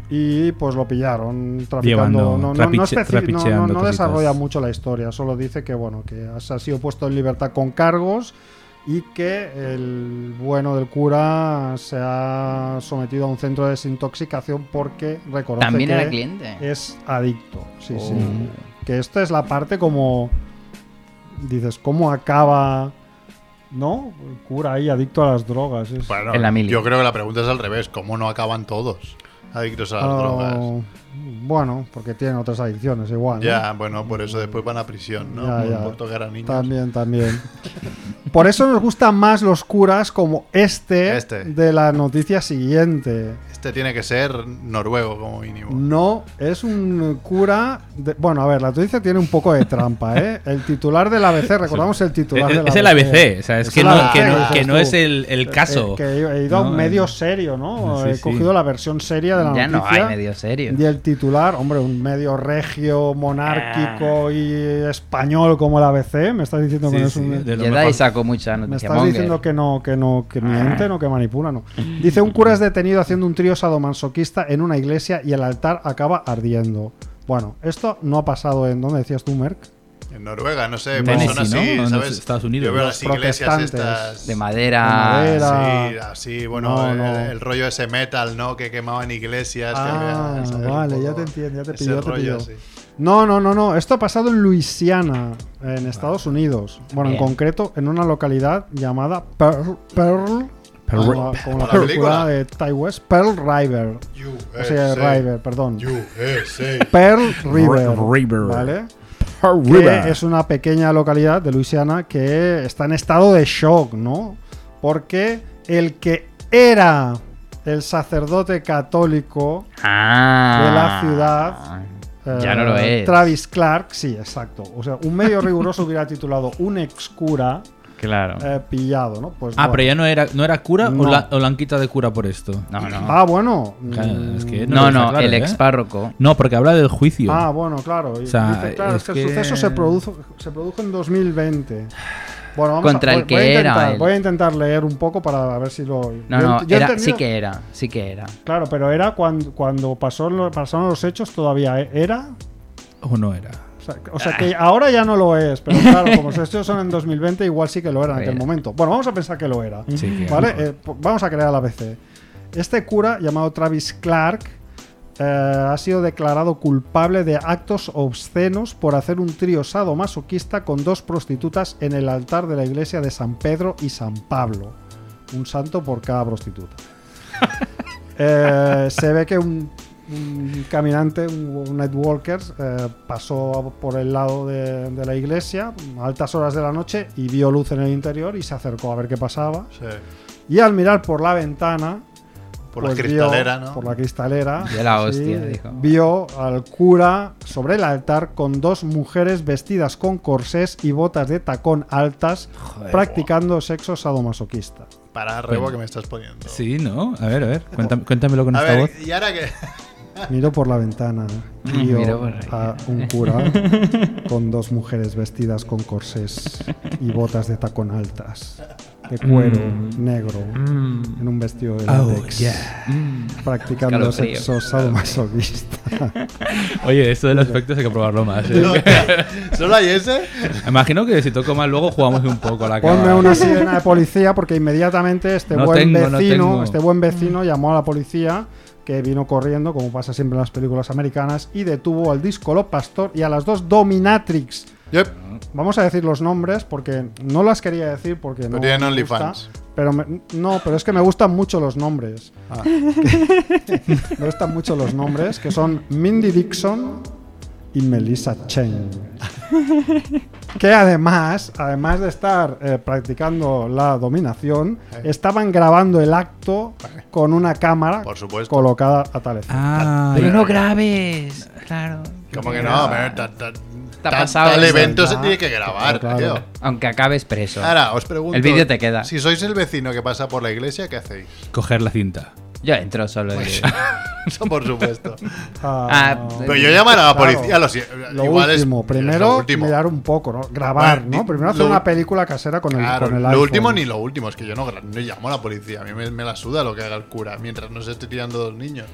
S1: y pues lo pillaron traficando.
S2: Llevando,
S1: no, no, no especi-
S2: trapiche-
S1: no- no-
S2: trapicheando
S1: no
S2: cositas.
S1: desarrolla mucho la historia, solo dice que bueno, que se ha sido puesto en libertad con cargos y que el bueno del cura se ha sometido a un centro de desintoxicación porque reconoce
S3: También
S1: que
S3: era cliente.
S1: es adicto. Sí, sí.
S2: Oh.
S1: Que esta es la parte como. Dices, ¿cómo acaba. ¿No? El cura ahí adicto a las drogas. es-
S4: Bueno,
S3: En la mili.
S4: yo creo que la pregunta es al revés. ¿Cómo no acaban todos adictos a las
S1: Oh,
S4: drogas?
S1: Bueno, porque tienen otras adicciones igual. ¿no?
S4: Ya, bueno, por eso después van a prisión, ¿no?
S1: Ya, ya.
S4: Por tocar a niños.
S1: También, también. Por eso nos gustan más los curas como este,
S4: Este.
S1: de la noticia siguiente.
S4: Este tiene que ser noruego como mínimo.
S1: No, es un cura. de- Bueno, a ver, la noticia tiene un poco de trampa, ¿eh? El titular del ABC, recordamos el titular
S2: Es,
S1: del
S2: es el ABC, o sea, es,
S1: Es
S2: que
S1: el
S2: no,
S4: ABC,
S2: que no-
S4: dices
S2: que no
S1: tú.
S2: es el, el caso.
S1: Eh, que he- he ido a un
S2: No,
S1: medio
S2: eh.
S1: serio, ¿no?
S2: Sí,
S1: he
S2: sí.
S1: cogido la versión seria de la
S3: Ya
S1: noticia.
S3: no hay medio serio.
S1: Y el titular, hombre, un medio regio, monárquico y español como el ABC. Me estás diciendo
S2: Ah. Sí,
S1: que no es
S2: sí,
S1: un.
S2: de lo
S3: Jedi
S2: mejor.
S3: sacó mucha
S1: Me
S3: noticia.
S1: estás
S3: monger.
S1: diciendo que no, que no, que
S2: Ah.
S1: miente, no, que manipula, no. Dice, un cura es detenido haciendo un trío sadomasoquista en una iglesia y el altar acaba ardiendo. Bueno, esto no ha pasado en... ¿Dónde decías tú, Merck?
S4: En Noruega, no sé,
S2: En
S4: pues son
S2: Tennessee,
S4: así,
S2: ¿no? En
S4: ¿sabes?
S2: Estados Unidos.
S4: Yo veo
S1: Los
S4: las iglesias
S1: protestantes
S4: estas.
S3: De madera.
S1: De madera.
S4: Ah, Sí, así, bueno,
S1: No,
S4: el,
S1: no.
S4: el rollo ese metal, ¿no? Que quemaban iglesias. que
S1: Ah,
S4: había, ¿sabes?
S1: vale,
S4: Un
S1: ya
S4: poco
S1: te entiendo, ya te
S4: ese
S1: pillo, te pillo.
S4: rollo así.
S1: No, no, no, no. Esto ha pasado en Luisiana, en Estados Unidos. Bueno, en
S3: Bien.
S1: concreto en una localidad llamada Pearl, Pearl
S2: Pearl-
S1: como la, como la
S4: la
S1: película
S4: película.
S1: de Ty West, Pearl River. O sea,
S4: USA,
S1: River, perdón.
S4: USA.
S1: Pearl River.
S2: River.
S1: ¿Vale? que es una pequeña localidad de Luisiana que está en estado de shock, ¿no? Porque el que era el sacerdote católico
S3: Ah.
S1: de la ciudad,
S3: Ya
S1: eh,
S3: no lo es.
S1: Travis Clark, sí, exacto. O sea, un medio riguroso hubiera titulado un ex cura
S3: Claro.
S1: eh, pillado, ¿no? Pues
S2: Ah,
S1: bueno.
S2: pero ya no era, no era cura
S1: No.
S2: o, la, o la han quitado de cura por esto.
S3: No, no.
S1: Ah, bueno.
S2: Claro, es que
S1: mm,
S2: no lo
S3: no,
S2: está
S3: no,
S2: claro,
S3: el
S2: ¿eh?
S3: ex párroco.
S2: No, porque habla del juicio.
S1: Ah, bueno, claro. Y
S2: O sea,
S1: dice, claro, es,
S2: es
S1: que, el
S2: que-
S1: suceso se produjo, se produjo en 2020. Bueno, vamos
S3: Contra
S1: a,
S3: el
S1: voy- voy a
S3: que era
S1: intentar,
S3: él.
S1: Voy a intentar leer un poco para ver si lo.
S3: No,
S1: yo
S3: no,
S1: ent- yo he
S3: era,
S1: entendido-
S3: sí que era, sí que era.
S1: Claro, pero era cuando, cuando pasó, lo- pasaron los hechos, todavía e- era.
S2: O no era.
S1: O sea, o sea que
S2: Ah.
S1: ahora ya no lo es, pero claro, como los hechos son en 2020, igual sí que lo era en
S3: Era.
S1: aquel momento. Bueno, vamos a pensar que lo era.
S2: Sí, que
S1: ¿Vale?
S2: era.
S1: Eh, po- vamos a crear la BC. Este cura, llamado Travis Clark, eh, ha sido declarado culpable de actos obscenos por hacer un trío sadomasoquista con dos prostitutas en el altar de la iglesia de San Pedro y San Pablo. Un santo por cada prostituta. Eh, se ve que un, un caminante, un, un night walker, eh, pasó por el lado de, de la iglesia a altas horas de la noche y vio luz en el interior y se acercó a ver qué pasaba.
S4: Sí.
S1: Y al mirar por la ventana,
S4: Por la
S1: pues vio-
S4: cristalera, ¿no?
S1: Por la cristalera.
S3: Vio la hostia, dijo.
S1: Vio al cura sobre el altar con dos mujeres vestidas con corsés y botas de tacón altas practicando sexo sadomasoquista.
S4: Para rebo que me estás poniendo.
S2: Sí, ¿no? A ver, a ver. Cuéntame, cuéntamelo con
S4: A
S2: esta
S4: ver,
S2: voz.
S4: y ahora que.
S1: Miro por la ventana y vio
S3: Miro por ahí.
S1: a un cura con dos mujeres vestidas con corsés y botas de tacón altas de cuero negro
S2: Mm.
S1: en un vestido de
S2: Oh,
S1: látex
S2: yeah.
S1: practicando
S3: Escalofrío.
S1: sexo sadomasoquista.
S2: Oye, esto del aspecto hay que probarlo más. ¿eh?
S4: ¿Solo hay ese?
S2: Imagino que si toco más luego jugamos un poco a la
S1: Ponme
S2: cámara.
S1: una sirena de policía porque inmediatamente este
S2: No
S1: buen
S2: tengo, no
S1: vecino,
S2: tengo.
S1: este buen vecino llamó a la policía que vino corriendo, como pasa siempre en las películas americanas, y detuvo al díscolo pastor y a las dos dominatrix.
S4: Yep.
S1: Vamos a decir los nombres porque no las quería decir porque no.
S4: tienen
S1: me
S4: OnlyFans.
S1: gusta, Pero me- no, pero es que me gustan mucho los nombres.
S4: Ah.
S1: me gustan mucho los nombres, que son Mindy Dixon y Melissa Chen. Que además, además de estar eh, practicando la dominación,
S4: Eh.
S1: estaban grabando el acto con una cámara
S4: Por supuesto.
S1: colocada a tal e- efecto.
S2: Ah,
S3: Pero no grabes. Claro.
S4: Como que no, pero ta- ta-
S3: Está
S4: ta-
S3: pasado
S4: tal
S3: eso,
S4: evento se
S1: ¿verdad?
S4: tiene que grabar,
S1: Claro.
S4: tío.
S3: Aunque acabes preso.
S4: Ahora, os pregunto.
S3: El vídeo te queda.
S4: Si sois el vecino que pasa por la iglesia, ¿qué hacéis?
S2: coger la cinta.
S3: Yo entro solo.
S4: Pues
S3: de-
S4: Eso por supuesto.
S3: Ah,
S4: Pero yo llamar a la
S1: Claro.
S4: policía. Lo, si-
S1: Lo
S4: igual es-
S1: último,
S4: es
S1: primero
S4: lo último.
S1: mirar un poco, ¿no? Grabar,
S4: Vale,
S1: ¿no?
S4: di-
S1: Primero hacer
S4: lo-
S1: una película casera con el,
S4: Claro,
S1: con el
S4: lo
S1: iPhone.
S4: último ni lo último, es que yo no, gra- no llamo a la policía, a mí me, me la suda lo que haga el cura, mientras no se esté tirando dos niños.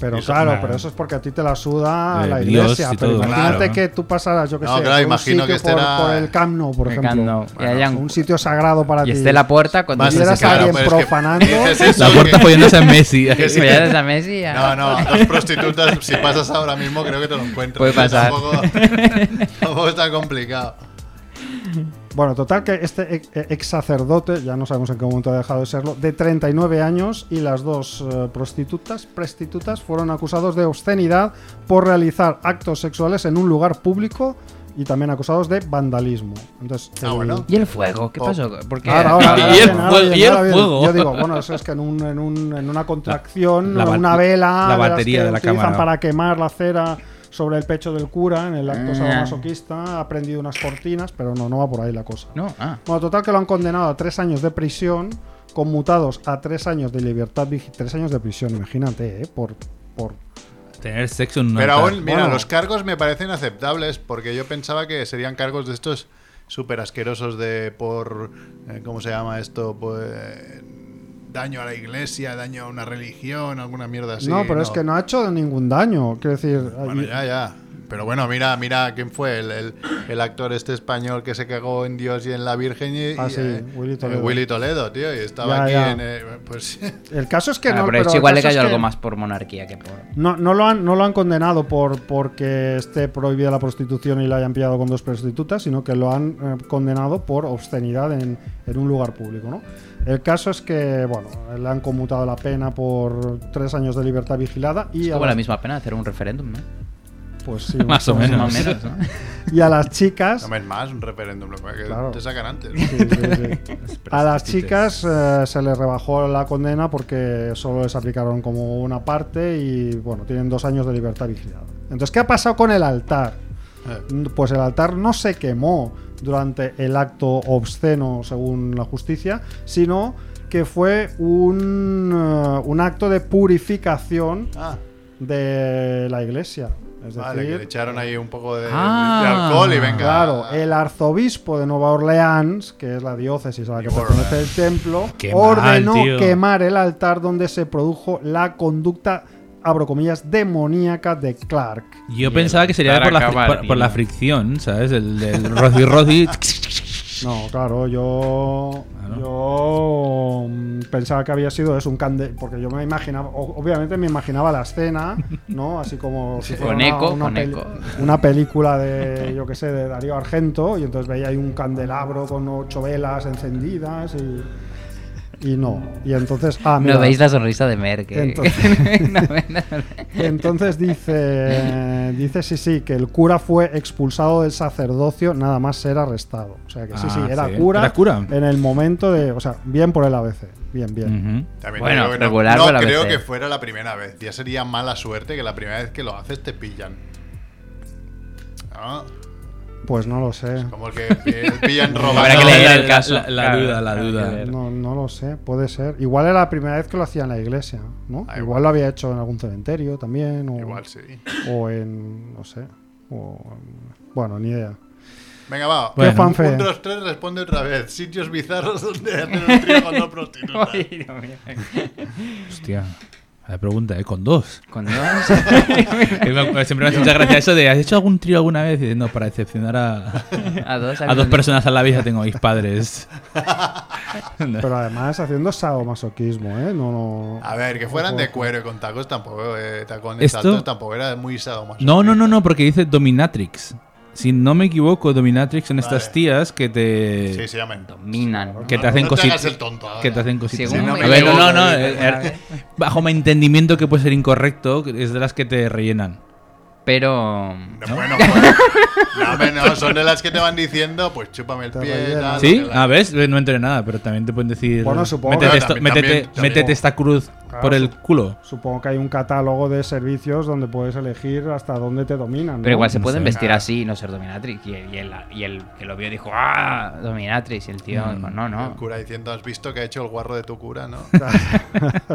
S1: Pero
S4: Eso-
S1: claro,
S2: Claro.
S1: pero eso es porque a ti te la suda
S2: Eh,
S1: la
S2: Dios
S1: iglesia.
S2: y
S1: pero
S2: todo,
S1: imagínate
S2: claro.
S1: que tú pasaras, yo que
S4: No,
S1: sé,
S4: claro,
S1: por un
S4: imagino que
S1: sitio
S4: este
S1: por,
S4: era-
S1: por el Camp Nou, por
S3: El
S1: ejemplo.
S3: Camp Nou. Y hayan-
S1: un sitio sagrado para ti.
S3: Y esté la puerta cuando
S4: Más
S3: estés
S1: vieras
S4: es que,
S1: a
S3: escapado.
S1: alguien
S4: pero es que
S1: profanando.
S4: dices eso,
S2: La puerta
S4: que-
S2: follándose a Messi.
S4: que sí.
S3: Pero ya eres a Messi, ya.
S4: No, no, a dos prostitutas, si pasas ahora mismo, creo que te lo encuentras.
S3: Puede pasar.
S4: Tampoco, tampoco está complicado.
S1: Bueno, total que este ex- ex sacerdote, ya no sabemos en qué momento ha dejado de serlo, de 39 años y las dos eh, prostitutas, prestitutas, fueron acusados de obscenidad por realizar actos sexuales en un lugar público y también acusados de vandalismo. Entonces,
S4: Ah,
S1: el-
S4: bueno.
S3: ¿Y el fuego? ¿Qué
S4: Oh.
S3: pasó? Porque
S1: Ahora, ahora, ahora
S2: Y el
S1: bien, ahora
S2: fuego,
S1: bien,
S2: y el
S1: ahora bien.
S2: fuego.
S1: Yo digo, bueno, eso es que en, un- en un- en una contracción,
S2: La- la
S1: una
S2: ba-
S1: vela,
S2: la
S1: de las
S2: batería
S1: que
S2: de la
S1: utilizan
S2: cámara.
S1: para quemar la cera sobre el pecho del cura en el acto
S3: Ah.
S1: sadomasoquista, ha prendido unas cortinas, pero no, no va por ahí la cosa.
S3: No, ah.
S1: Bueno, total que lo han condenado a tres años de prisión, conmutados a tres años de libertad, vigi- tres años de prisión, imagínate, ¿eh? Por, por
S2: Tener sexo en una
S4: Pero
S2: altar.
S4: aún, mira,
S1: Bueno.
S4: los cargos me parecen aceptables, porque yo pensaba que serían cargos de estos súper asquerosos de por. eh, ¿Cómo se llama esto? Pues. Daño a la iglesia, daño a una religión, alguna mierda así.
S1: no, pero es que no ha hecho ningún daño. Quiero decir,
S4: Bueno,
S1: y-
S4: ya, ya. Pero bueno, mira, mira quién fue el, el- el actor este español que se cagó en Dios y en la Virgen y,
S1: Ah,
S4: y,
S1: sí,
S4: eh,
S1: Willy
S4: eh,
S1: Toledo.
S4: Willy Toledo, tío, y estaba
S1: Ya,
S4: aquí
S1: ya.
S4: en eh, pues
S1: el caso es que
S3: Ah,
S1: no.
S3: pero,
S1: pero
S3: esto
S1: el
S3: igual le
S1: caso es
S3: cayó
S1: que
S3: algo más por monarquía que por.
S1: No, no, lo han, no lo han condenado por porque esté prohibida la prostitución y la hayan pillado con dos prostitutas, sino que lo han eh, condenado por obscenidad en, en un lugar público. ¿no? El caso es que, bueno, le han conmutado la pena por tres años de libertad vigilada y,
S3: Es
S1: a
S3: como la
S1: las-
S3: misma pena hacer un referéndum, ¿no?
S1: pues sí,
S2: Más o
S3: Más
S2: menos.
S3: o menos, ¿no?
S1: y a las chicas
S4: no es más un referéndum, lo que
S1: Claro.
S4: te sacan antes.
S1: Sí, sí, sí. A las chicas eh, se les rebajó la condena porque solo les aplicaron como una parte y bueno, tienen dos años de libertad vigilada. Entonces, ¿qué ha pasado con el altar?
S4: Eh.
S1: Pues el altar no se quemó durante el acto obsceno, según la justicia, sino que fue un, eh, un acto de purificación
S4: Ah,
S1: de la iglesia. Es
S4: vale,
S1: decir,
S4: que le echaron ahí un poco de, de- de
S2: Ah.
S4: alcohol y venga.
S1: Claro, eh. el arzobispo de Nueva Orleans, que es la diócesis a la que
S4: Nueva
S1: pertenece el templo,
S2: Qué mal,
S1: ordenó
S2: tío.
S1: quemar el altar donde se produjo la conducta, abro comillas, demoníaca de Clark.
S2: Yo
S3: Y
S2: pensaba
S3: el
S2: que sería
S3: estar
S2: por la, fri-
S3: acabar,
S2: por, por la
S3: tío.
S2: fricción, ¿sabes? El del roci roci.
S1: No, claro, yo.
S2: Claro.
S1: Yo. mm, Pensaba que había sido eso, un candel. Porque yo me imaginaba. o- Obviamente me imaginaba la escena, ¿no? Así como. si fuera
S3: Con
S1: una-
S3: eco,
S1: una
S3: con
S1: peli-
S3: eco.
S1: Una película de, yo qué sé, de Darío Argento. Y entonces veía ahí un candelabro con ocho velas encendidas y. Y no. Y entonces. Ah, mira.
S3: No veis la sonrisa de Merkel.
S1: Entonces-
S3: no,
S1: Entonces dice, dice sí, sí, que el cura fue expulsado del sacerdocio nada más ser arrestado. O sea que sí,
S2: Ah,
S1: sí, era,
S2: sí.
S1: Cura
S2: Era cura.
S1: en el momento de... O sea, bien por el ABC. Bien, bien.
S2: Ujú.
S4: También
S3: Bueno,
S4: te digo que no-
S3: regular
S4: no,
S3: para la
S4: creo
S3: BC.
S4: que fuera la primera vez. Ya sería mala suerte que la primera vez que lo haces te pillan. ¿No?
S1: Pues no lo sé.
S4: Como el que pi- pillan robando.
S3: Habrá que leer el
S2: La-
S3: caso.
S2: la- la
S3: Claro,
S2: duda, la
S3: habrá que
S2: duda.
S3: leer.
S1: No, no lo sé, puede ser. Igual era la primera vez que lo hacía en la iglesia, ¿no?
S4: Ah,
S1: igual lo había hecho en algún cementerio también. O,
S4: Igual sí.
S1: O en... no sé. O, bueno, ni idea.
S4: Venga, va.
S2: Bueno.
S1: fanfe.
S4: Un, dos, tres, responde otra vez. Sitios bizarros donde hacer un trío con dos prostitutas.
S3: Ay, Dios mío.
S2: Hostia. La pregunta, ¿eh? Con dos.
S3: Con dos.
S2: Eh, me acu- Siempre me hace mucha gracia eso de, ¿has hecho algún trío alguna vez? Y dices, no, para decepcionar a,
S3: A dos.
S2: a dos personas a la vez ya tengo a mis padres.
S1: Pero además haciendo sadomasoquismo, ¿eh? No, no.
S4: A ver, que fueran de cuero y con tacos tampoco, eh, tacones
S2: Esto-
S4: altos tampoco era muy sadomasoquista.
S2: No, no, no, no, porque dice Dominatrix. Si no me equivoco, Dominatrix son estas
S4: Vale.
S2: tías que te...
S4: Sí, se llaman.
S3: Dominan.
S2: Que te
S4: No-
S2: hacen
S4: no te
S2: cositas.
S4: hagas el tonto eh. ahora.
S2: Que te hacen cositas.
S3: Según
S2: Sí, no,
S3: me
S2: a ver, no,
S4: equivoco,
S2: no, no,
S4: digo,
S2: eh, eh, Bajo mi entendimiento que puede ser incorrecto, es de las que te rellenan.
S3: Pero.
S4: No, Bueno, bueno. No, hombre, no, son de las que te van diciendo, pues chúpame el
S1: Te
S4: pie,
S1: rellenan.
S4: tal,
S2: ¿Sí?
S4: que la-
S2: Ah, ¿ves? Eh, No entré nada, pero también te pueden decir.
S1: Bueno, supongo
S2: Métete,
S4: que
S2: esto-
S4: también-
S2: métete-
S4: también- también.
S2: métete esta cruz
S1: Claro,
S2: por el
S1: sup-
S2: culo.
S1: Supongo que hay un catálogo de servicios donde puedes elegir hasta dónde te dominan. ¿no?
S3: Pero igual se
S2: No
S3: pueden
S2: sé.
S3: vestir así y no ser dominatrix. Y el, y el- y el que lo vio dijo, ¡ah! Dominatrix. Y el tío,
S2: Mm.
S3: dijo, no,
S4: El
S3: no.
S4: cura diciendo, has visto que ha hecho el guarro de tu cura, ¿no?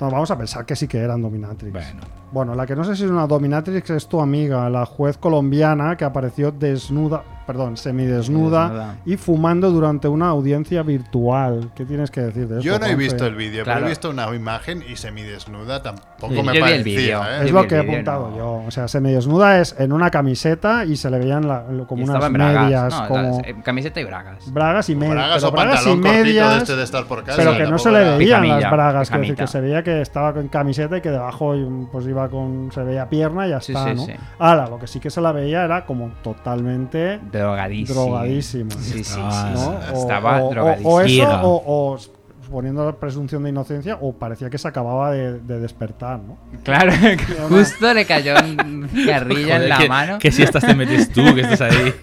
S1: No, vamos a pensar que sí que eran dominatrix.
S2: Bueno.
S1: Bueno, la que no sé si es una dominatrix es tu amiga, la juez colombiana que apareció desnuda, perdón, semidesnuda
S3: Semidesnuda.
S1: y fumando durante una audiencia virtual. ¿Qué tienes que decir de eso?
S4: Yo no he
S1: Juanfe?
S4: visto el vídeo, pero
S3: Claro.
S4: he visto una imagen y semidesnuda tampoco me
S3: Sí, yo vi el
S4: parecía,
S3: vídeo.
S4: ¿eh?
S3: Yo
S1: Es
S3: vi
S1: lo
S3: el
S1: que he
S3: vídeo,
S1: apuntado
S3: no.
S1: yo. O sea, semidesnuda es en una camiseta y se le veían la- como
S3: Y
S1: unas
S3: estaba en bragas.
S1: medias,
S3: no,
S1: como
S3: estaba- eh, camiseta y bragas.
S1: bragas y medias.
S4: Bragas
S1: pero
S4: o
S1: bragas y
S4: pantalón cortito de
S1: medias,
S4: este de estar por casa.
S1: pero que no
S4: tampoco
S1: se le
S4: era-
S1: veían las
S3: Pijamilla,
S1: bragas, quiero decir,
S3: pijamita.
S1: que se veía que estaba con camiseta y que debajo pues iba con se veía pierna y ya
S3: Sí,
S1: está,
S3: sí,
S1: ¿no?
S3: sí.
S1: Ahora, lo que sí que se la veía era como totalmente
S3: Drogadísimo.
S1: Drogadísimo.
S3: Sí, sí, sí.
S2: Ah,
S1: ¿no?
S3: sí.
S1: O-
S3: Estaba
S1: o, o-
S3: drogadísimo.
S1: o eso,
S2: Ciega.
S1: o- o s- suponiendo la presunción de inocencia, o parecía que se acababa de, de despertar, ¿no?
S3: Claro, justo le cayó un carrilla en
S2: Joder,
S3: la
S2: que,
S3: mano.
S2: Que si estas te metes tú, que estás ahí.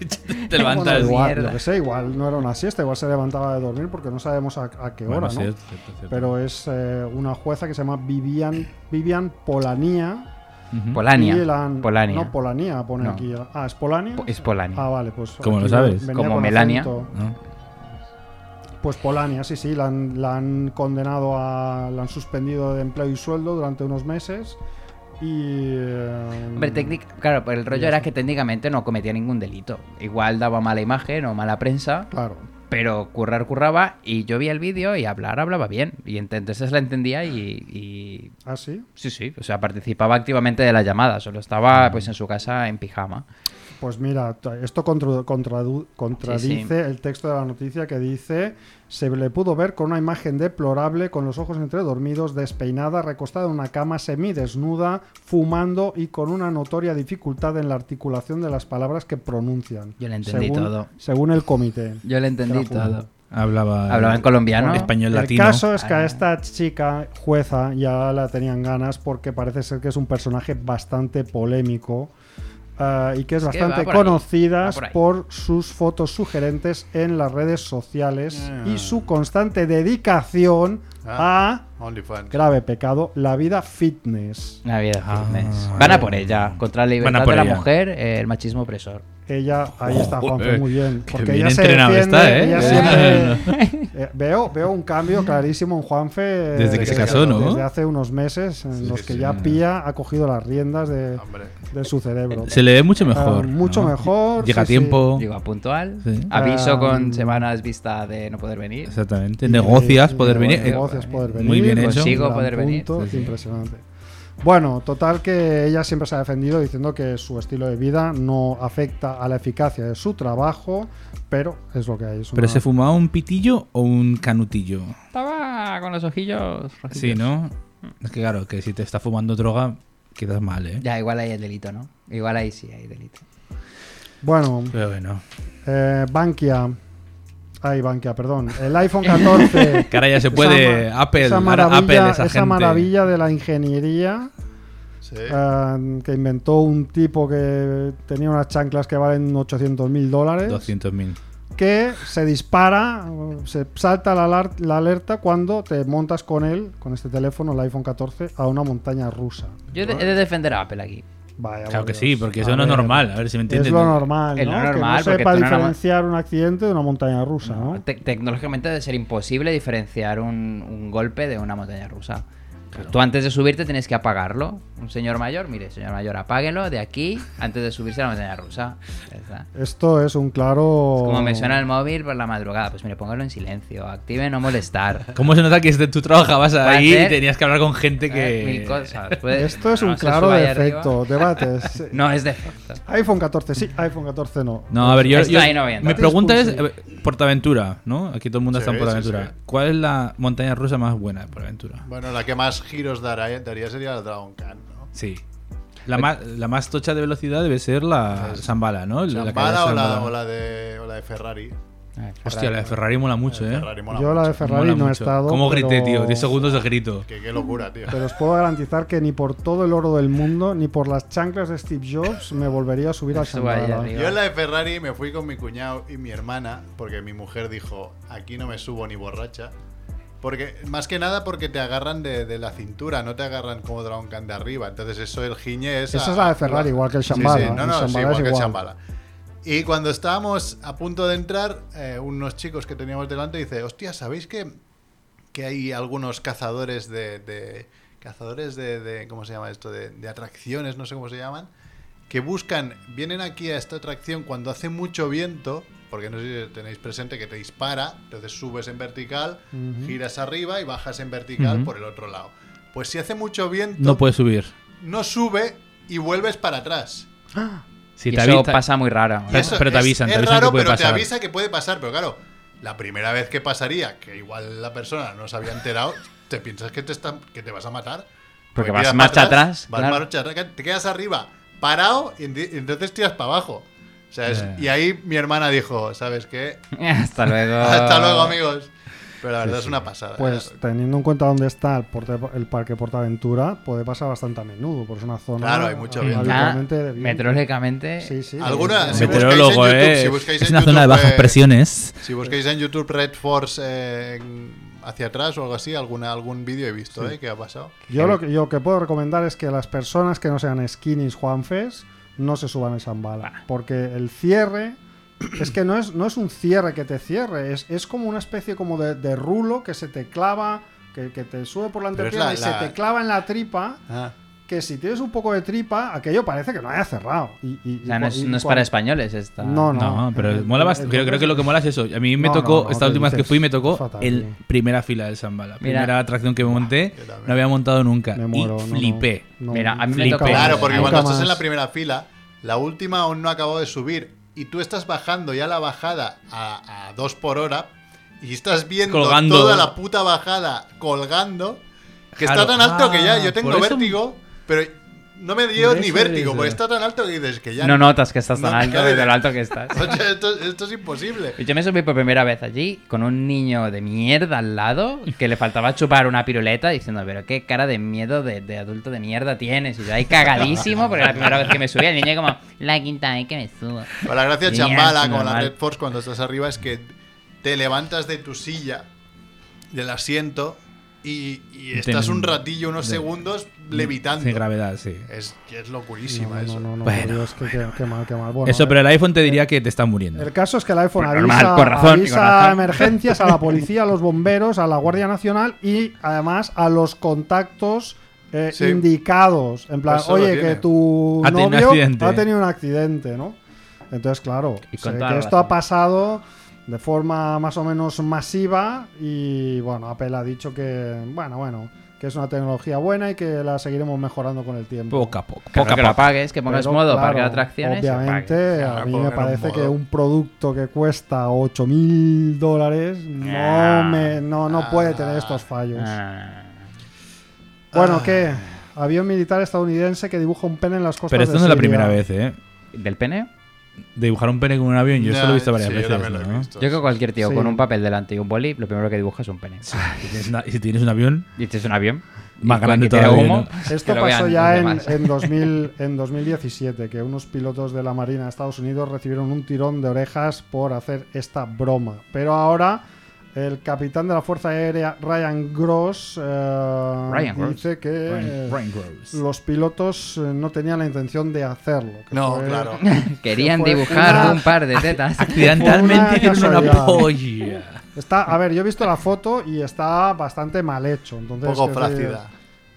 S2: Te levantas.
S1: Bueno, igual,
S3: mierda.
S1: yo qué sé, igual no era una siesta, igual se levantaba de dormir porque no sabemos a, a qué hora,
S2: Bueno,
S1: ¿no?
S2: cierto, cierto, cierto.
S1: Pero es eh, una jueza que se llama Vivian, Vivian Polanía.
S2: Ujú.
S3: Polania.
S1: Vivian-
S3: Polania.
S1: No, Polanía pone
S3: No.
S1: aquí. Ah, ¿es Polania?
S3: Po- es Polania.
S1: Ah, vale, pues.
S2: ¿Cómo lo
S1: aquí
S2: sabes?
S1: venía
S3: Como
S1: con
S3: Melania.
S1: acento.
S2: ¿No?
S1: Pues Polania, sí, sí, la han, la han condenado a. la han suspendido de empleo y sueldo durante unos meses. Y. eh,
S3: Hombre, técnic- claro, pero el rollo era que técnicamente no cometía ningún delito. Igual daba mala imagen o mala prensa,
S1: Claro.
S3: pero currar curraba y yo vi el vídeo y hablar hablaba bien. Y ent- entonces la entendía y, y-
S1: ¿Ah, sí?
S3: Sí, sí, o sea, participaba activamente de la llamada, solo estaba pues en su casa en pijama.
S1: Pues mira, t- esto contra- contradu- contradice el texto de la noticia que dice: Se le pudo ver con una imagen deplorable, con los ojos entredormidos, despeinada, recostada en una cama semidesnuda, fumando y con una notoria dificultad en la articulación de las palabras que pronuncian.
S3: Yo le entendí
S1: según-
S3: todo.
S1: Según el comité.
S3: Yo le entendí
S1: Era fumado.
S3: todo.
S2: Hablaba.
S3: Hablaba en colombiano.
S2: Español
S1: El
S2: latino.
S1: caso es que a
S3: Ah.
S1: esta chica jueza ya la tenían ganas porque parece ser que es un personaje bastante polémico ah, y que es,
S3: Es que
S1: bastante
S3: va por ahí,
S1: conocida
S3: va por ahí.
S1: por sus fotos sugerentes en las redes sociales
S2: Ah.
S1: y su constante dedicación
S4: Ah.
S1: a
S4: OnlyFans.
S1: grave pecado, la vida fitness.
S3: La vida
S2: Ah,
S3: fitness.
S2: vale.
S3: Van a por ella, contra la libertad
S2: por
S3: de la
S2: ella.
S3: mujer, eh, el machismo opresor.
S1: Ella, ahí está Juanfe,
S2: Joder,
S1: muy bien.
S2: qué
S1: Porque
S2: bien
S1: ella se
S2: entrenado
S1: defiende,
S2: está, ¿eh?
S1: ella
S2: Eh.
S1: siempre- eh, veo, veo un cambio clarísimo en Juanfe. eh,
S2: Desde que se casó, ¿no?
S1: Desde hace unos meses en los que
S4: sí.
S1: ya Pía ha cogido las riendas de,
S4: Hombre.
S1: de su cerebro.
S2: Se le ve mucho mejor.
S1: Ah, mucho
S2: ¿no?
S1: mejor,
S2: Llega a
S1: sí,
S2: tiempo.
S3: Llega puntual.
S2: Sí.
S3: Aviso
S1: Ah, mm.
S3: con semanas vista de no poder venir.
S2: Exactamente.
S1: Y-
S2: Negocias
S1: y
S2: poder venir. eh,
S1: Negocias poder venir.
S2: Muy bien hecho.
S3: Consigo
S1: gran
S3: poder venir.
S1: punto,
S2: Sí, sí.
S1: Impresionante. Bueno, total que ella siempre se ha defendido diciendo que su estilo de vida no afecta a la eficacia de su trabajo, pero es lo que hay. es
S2: ¿Pero
S1: una-
S2: se fumaba un pitillo o un canutillo?
S3: Estaba con los ojillos. rojillos. Mm.
S2: Sí, ¿no? Es que claro, que si te está fumando droga, quedas mal, ¿eh?
S3: Ya, igual hay el delito, ¿no? Igual ahí sí hay delito.
S1: Bueno,
S2: Pero bueno.
S1: eh, Bankia. Ay, Bankia, perdón. El iPhone 14.
S2: Que ahora ya se puede.
S1: ma-
S2: Apple.
S1: esa
S2: ahora
S1: maravilla,
S2: Apple, esa,
S1: esa
S2: gente.
S1: maravilla de la ingeniería
S4: Sí.
S1: eh, que inventó un tipo que tenía unas chanclas que valen 800 mil dólares
S2: 200.000.
S1: que se dispara, eh, se salta la, alar- la alerta cuando te montas con él, con este teléfono, el iPhone 14, a una montaña rusa.
S3: Yo he de, he de defender a Apple aquí.
S1: Vaya, por
S2: Claro que
S1: Dios.
S2: sí, porque eso
S1: A
S2: no es
S1: ver,
S2: normal. A ver si me
S1: Es
S2: entienden.
S1: lo normal, ¿no?
S3: Es lo normal,
S1: que no
S3: porque
S1: sepa
S3: tú no la mon-
S1: diferenciar un accidente de una montaña rusa, ¿no?
S3: Te- tecnológicamente debe ser imposible diferenciar un, un golpe de una montaña rusa. Tú antes de subirte tienes que apagarlo. Un señor mayor, mire, señor mayor, apáguelo de aquí antes de subirse a la montaña rusa. Ya está.
S1: Esto es un claro.
S3: Es Como me suena el móvil por la madrugada, pues mire, póngalo en silencio, active no molestar.
S2: ¿Cómo se nota que desde tú trabajabas
S3: Va a
S2: ahí y
S3: ser-
S2: tenías que hablar con gente
S3: Eh,
S2: que.
S3: Mil cosas. Puede-
S1: Esto es
S3: no
S1: un
S3: se
S1: claro
S3: suba ahí arriba.
S1: defecto. Debates.
S3: No, es defecto.
S1: iPhone 14 sí, iPhone 14 no.
S2: No, a ver, yo.
S3: Esto
S2: yo-
S3: ahí no voy a entrar.
S2: mi pregunta es:
S1: Discurso.
S2: eh, Portaventura, ¿no? Aquí todo el mundo
S4: Sí,
S2: está en
S4: sí,
S2: Portaventura.
S4: sí.
S2: ¿Cuál es la montaña rusa más buena de Portaventura?
S4: Bueno, la que más giros dará- daría sería la Dragon Khan, ¿no?
S2: Sí.
S3: Eh,
S2: La más, la más tocha de velocidad debe ser la Zambala, ¿no? La- la
S4: pues, Zambala
S2: carrera
S4: o la,
S2: Zambala.
S4: o la de, o la de Ferrari.
S3: Ah,
S2: Hostia, la de Ferrari mola mucho, ¿eh?
S4: Ferrari mola
S1: Yo la de
S4: mucho.
S1: Ferrari
S2: Mola
S1: no he
S2: mucho.
S1: estado.
S2: ¿Cómo
S1: pero-
S2: grité, tío? 10 segundos de grito.
S4: Que qué locura, tío.
S1: Pero os puedo garantizar que ni por todo el oro del mundo, ni por las chanclas de Steve Jobs, me volvería a subir al
S3: Suba ahí
S1: Shambhala.
S3: arriba.
S4: Yo en la de Ferrari me fui con mi cuñado y mi hermana, porque mi mujer dijo, aquí no me subo ni borracha. Porque, más que nada porque te agarran de, de la cintura, no te agarran como Dragon Khan de arriba. Entonces eso el giñe es...
S1: Esa
S4: a-
S1: es la de Ferrari, igual que el
S4: Sí, sí,
S1: Shambhala.
S4: no,
S1: El
S4: no, sí,
S1: Shambhala
S4: igual
S1: es
S4: que el
S1: igual.
S4: Shambhala. Y cuando estábamos a punto de entrar, eh, unos chicos que teníamos delante dice, hostia, ¿sabéis que, que hay algunos cazadores de... de- cazadores de, de- ¿Cómo se llama esto? De, de atracciones, no sé cómo se llaman. Que buscan, vienen aquí a esta atracción cuando hace mucho viento, porque no sé si tenéis presente que te dispara, entonces subes en vertical, giras arriba y bajas en vertical
S2: Ujú.
S4: por el otro lado. Pues si hace mucho viento,
S2: No puedes subir.
S4: no sube y vuelves para atrás.
S2: Si
S3: Y
S2: te
S3: eso
S2: avisa-
S3: pasa muy raro. ¿eh?
S4: Y
S2: Pero- pero te avisan,
S4: es,
S2: te
S4: es
S2: avisan que
S4: raro,
S2: puede
S4: pero
S2: pasar.
S4: te avisa que puede pasar, pero claro, la primera vez que pasaría, que igual la persona no se había enterado, te piensas que te, están, que te vas a matar.
S3: Porque
S4: miras
S3: vas
S4: para
S3: marcha atrás,
S4: Vas
S3: claro.
S4: marcha atrás, te quedas arriba, parado, y enti- y entonces tiras para abajo. O sea, es-
S2: Ya.
S4: Y ahí mi hermana dijo, ¿sabes qué?
S3: Hasta luego.
S2: Ah.
S4: Hasta luego, amigos. Pero la verdad es una pasada.
S1: Pues teniendo en cuenta dónde está el, porte- el parque Portaventura, puede pasar bastante a menudo, porque es una zona.
S4: Claro, hay mucho
S1: ah,
S4: viento.
S1: habitualmente de viento.
S3: Meteorológicamente.
S1: Sí, sí.
S4: Alguna-
S1: Sí,
S4: si buscáis
S2: Meteorólogo,
S4: en YouTube,
S2: ¿eh?
S4: si buscáis
S2: es
S4: en
S2: una zona de
S4: YouTube,
S2: bajas
S4: eh,
S2: presiones.
S4: Si buscáis en YouTube Red Force eh, en- hacia atrás o algo así, alguna, algún vídeo he visto eh, que ha pasado.
S1: Yo lo que, yo que puedo recomendar es que las personas que no sean skinnies Juanfes no se suban al Shambhala. Porque el cierre es que no es, no es un cierre que te cierre, es, es como una especie como de, de rulo que se te clava, que, que te sube por la
S4: Pero es
S1: entrepierna
S4: la-
S1: y
S4: la-
S1: se te clava en la tripa.
S2: Ah.
S1: Que si tienes un poco de tripa, aquello parece que no haya cerrado. Y, y-
S3: O sea,
S1: y
S3: no
S1: cua-
S3: es,
S1: y
S3: no es
S1: cuando-
S3: para españoles esta.
S1: No,
S2: No, pero
S1: Eh,
S2: mola bastante.
S1: entonces-
S2: Creo, creo que lo que mola es eso. A mí me
S1: No, no,
S2: tocó,
S1: no,
S2: esta
S1: ¿qué
S2: última vez que
S1: dices?
S2: fui, me tocó
S1: Fatal,
S2: el
S1: tío.
S2: primera fila del Samba. La
S3: Mira.
S2: primera atracción que me monté,
S4: yo también.
S2: no había montado nunca.
S1: Me
S2: y
S1: muero, no, no.
S2: flipé.
S1: No,
S3: Mira, a mí me
S1: nunca
S3: tocó-
S1: más.
S4: Claro, porque
S1: Nunca
S4: cuando estás en
S1: más.
S4: la primera fila, la última aún no acabó de subir y tú estás bajando ya la bajada a, a dos por hora y estás viendo
S2: Colgando.
S4: toda la puta bajada colgando, que
S2: Claro.
S4: está tan alto que ya
S2: Ah,
S4: yo tengo
S2: por eso-
S4: vértigo, pero no me dio
S2: Por
S4: ni
S2: eso
S4: vértigo,
S2: dice.
S4: porque está tan alto que dices que ya
S3: No notas que estás tan
S4: No,
S3: alto
S4: claro.
S3: de lo alto que estás.
S4: O sea, esto, esto es imposible.
S3: Yo me subí por primera vez allí con un niño de mierda al lado que le faltaba chupar una piruleta diciendo, pero qué cara de miedo de, de adulto de mierda tienes. Y yo ahí cagadísimo porque era la primera vez que me subí. El niño como, la quinta vez que me subo.
S4: Pero la gracia de
S3: Mira,
S4: Chambala
S3: es
S4: con la
S3: normal.
S4: Red Force cuando estás arriba es que te levantas de tu silla, del asiento, y, y estás
S2: Ten-
S4: un ratillo, unos
S2: de-
S4: segundos, levitando.
S2: Sin gravedad, sí.
S4: Es, que es
S1: No,
S4: locurísima
S1: no,
S4: eso.
S1: no, no,
S2: Bueno,
S1: por Dios, que- que- qué mal, qué mal. Bueno,
S2: eso,
S1: eh,
S2: pero el iPhone te diría que te están muriendo.
S1: El caso es que el iPhone
S3: Pues
S1: avisa,
S3: normal, con razón,
S1: avisa
S3: con razón.
S1: a emergencias, a la policía, a los bomberos, a la Guardia Nacional y además a los contactos eh,
S4: Sí.
S1: indicados. En plan,
S4: Eso lo
S1: oye,
S4: tiene.
S1: que tu
S2: Ha tenido un
S1: novio
S2: accidente.
S1: ha tenido un accidente, ¿no? Entonces, claro,
S3: Y
S1: sé
S3: con
S1: que
S3: toda la
S1: esto
S3: razón.
S1: ha pasado de forma más o menos masiva y bueno, Apple ha dicho que, bueno, bueno, que es una tecnología buena y que la seguiremos mejorando con el tiempo.
S2: Poco a poco.
S3: Poco
S2: poco a
S3: que lo
S2: poco.
S3: apagues, que pongas
S1: Pero,
S3: modo
S1: claro,
S3: parque de atracciones. y apagues.
S1: Obviamente, a
S4: Claro,
S1: mí
S4: poner
S1: me
S4: un
S1: parece que
S4: modo.
S1: un producto que cuesta 8.000 dólares no,
S3: Ah.
S1: me, no, no puede tener estos fallos.
S3: Ah.
S4: Ah.
S1: Bueno, ¿qué? Avión militar estadounidense que dibuja un pene en las costas
S2: Pero esto
S1: de
S2: no es la
S1: Siria.
S2: primera vez, ¿eh?
S3: ¿Del pene?
S2: Dibujar un pene con un avión, yo eso lo he visto
S4: Ya,
S2: varias
S4: sí,
S2: veces.
S4: Yo también lo he
S2: ¿no?
S4: visto.
S3: Yo creo que cualquier tío
S1: Sí.
S3: con un papel delante y un boli, lo primero que dibuja es un pene.
S2: Y si tienes una- y si tienes un avión,
S3: Y este es un avión.
S2: Más
S3: Y
S2: grande
S3: cualquier tira
S2: todavía,
S3: humo,
S2: ¿no?
S3: que
S1: Esto
S3: lo
S1: pasó
S3: vean
S1: ya
S3: los
S1: en,
S3: demás.
S1: en 2000, en 2017, que unos pilotos de la Marina de Estados Unidos recibieron un tirón de orejas por hacer esta broma. Pero ahora el capitán de la Fuerza Aérea, Ryan Gross, eh,
S3: Ryan Gross.
S1: dice que... eh,
S2: Brain Gross.
S1: los pilotos eh, no tenían la intención de hacerlo. que
S4: No,
S1: fue-
S4: claro.
S2: Pues
S3: Querían
S1: Fue
S3: dibujar
S1: una-
S3: un par de tetas.
S1: Una
S2: Accidentalmente hicieron una
S1: casualidad.
S2: polla.
S1: Está, a ver, yo he visto la foto y está bastante mal hecho. Entonces,
S4: Un poco
S1: quiero
S4: flácida.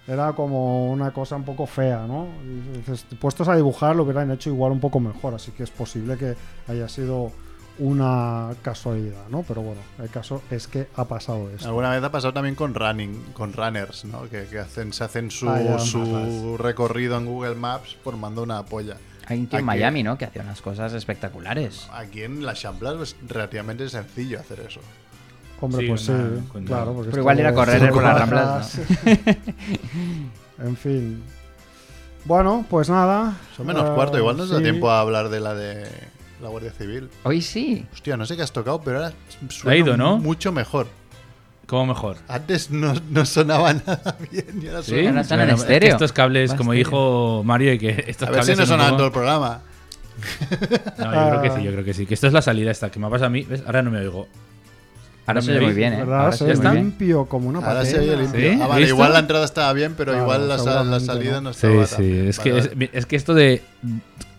S1: Era como una cosa un poco fea, ¿no? Y dices, puestos a dibujar lo hubieran hecho igual un poco mejor, así que es posible que haya sido una casualidad, ¿no? Pero bueno, el caso es que ha pasado esto.
S4: Alguna vez ha pasado también con running, con runners, ¿no? Que, que hacen, se hacen su,
S1: Ah, ya,
S4: su
S1: más.
S2: pues.
S4: recorrido en Google Maps formando una polla.
S3: Hay que
S4: Aquí-
S3: en Miami, ¿no? Que hacía unas cosas espectaculares.
S4: Aquí en las Champlas es relativamente sencillo hacer eso.
S1: Hombre,
S2: Sí,
S1: pues
S2: una-
S1: sí,
S2: con-
S1: claro. porque
S3: Pero
S1: esto
S3: igual era
S1: es-
S3: correr
S1: son
S3: por las
S1: cosas- en fin. Bueno, pues nada.
S4: Son menos
S1: Eh,
S4: cuarto, igual nos da
S1: sí.
S4: tiempo a hablar de la de la Guardia Civil.
S3: Hoy sí.
S4: Hostia, no sé qué has tocado, pero ahora
S2: Ha ido, ¿no?
S4: mucho mejor.
S2: ¿Cómo mejor?
S4: Antes no, no sonaba nada bien y ahora
S2: Sí,
S4: suena.
S3: ahora están en
S2: Bueno, es que
S3: estéreo.
S2: estos cables,
S3: Va
S2: como
S3: estéreo.
S2: dijo Mario, y que estos
S4: A ver si
S2: cables
S4: no
S2: son un
S4: suena todo el
S2: poco-
S4: programa.
S2: No, yo creo que
S1: Ah.
S2: sí, yo creo que sí. Que esto es la salida esta que me pasa a mí. ¿Ves? Ahora no me oigo.
S3: Ahora
S2: ¿No
S3: se
S2: me
S3: oye muy
S2: oís?
S3: bien, ¿eh?
S1: ¿Verdad?
S3: Ahora
S1: Se
S3: se oye
S1: ve
S2: ya
S3: muy
S2: está.
S3: bien.
S1: limpio como una
S4: Ahora se oye
S1: patena.
S4: limpio.
S2: ¿Sí?
S4: Ah, vale,
S2: ¿Listo?
S4: igual la entrada estaba bien, pero
S1: Claro,
S4: igual la, sa- la
S1: Ah, seguramente,
S4: salida no,
S1: ¿no?
S2: Sí,
S4: estaba tan
S2: sí.
S4: bien.
S2: Es que,
S4: Vale,
S2: es, mi- es que esto de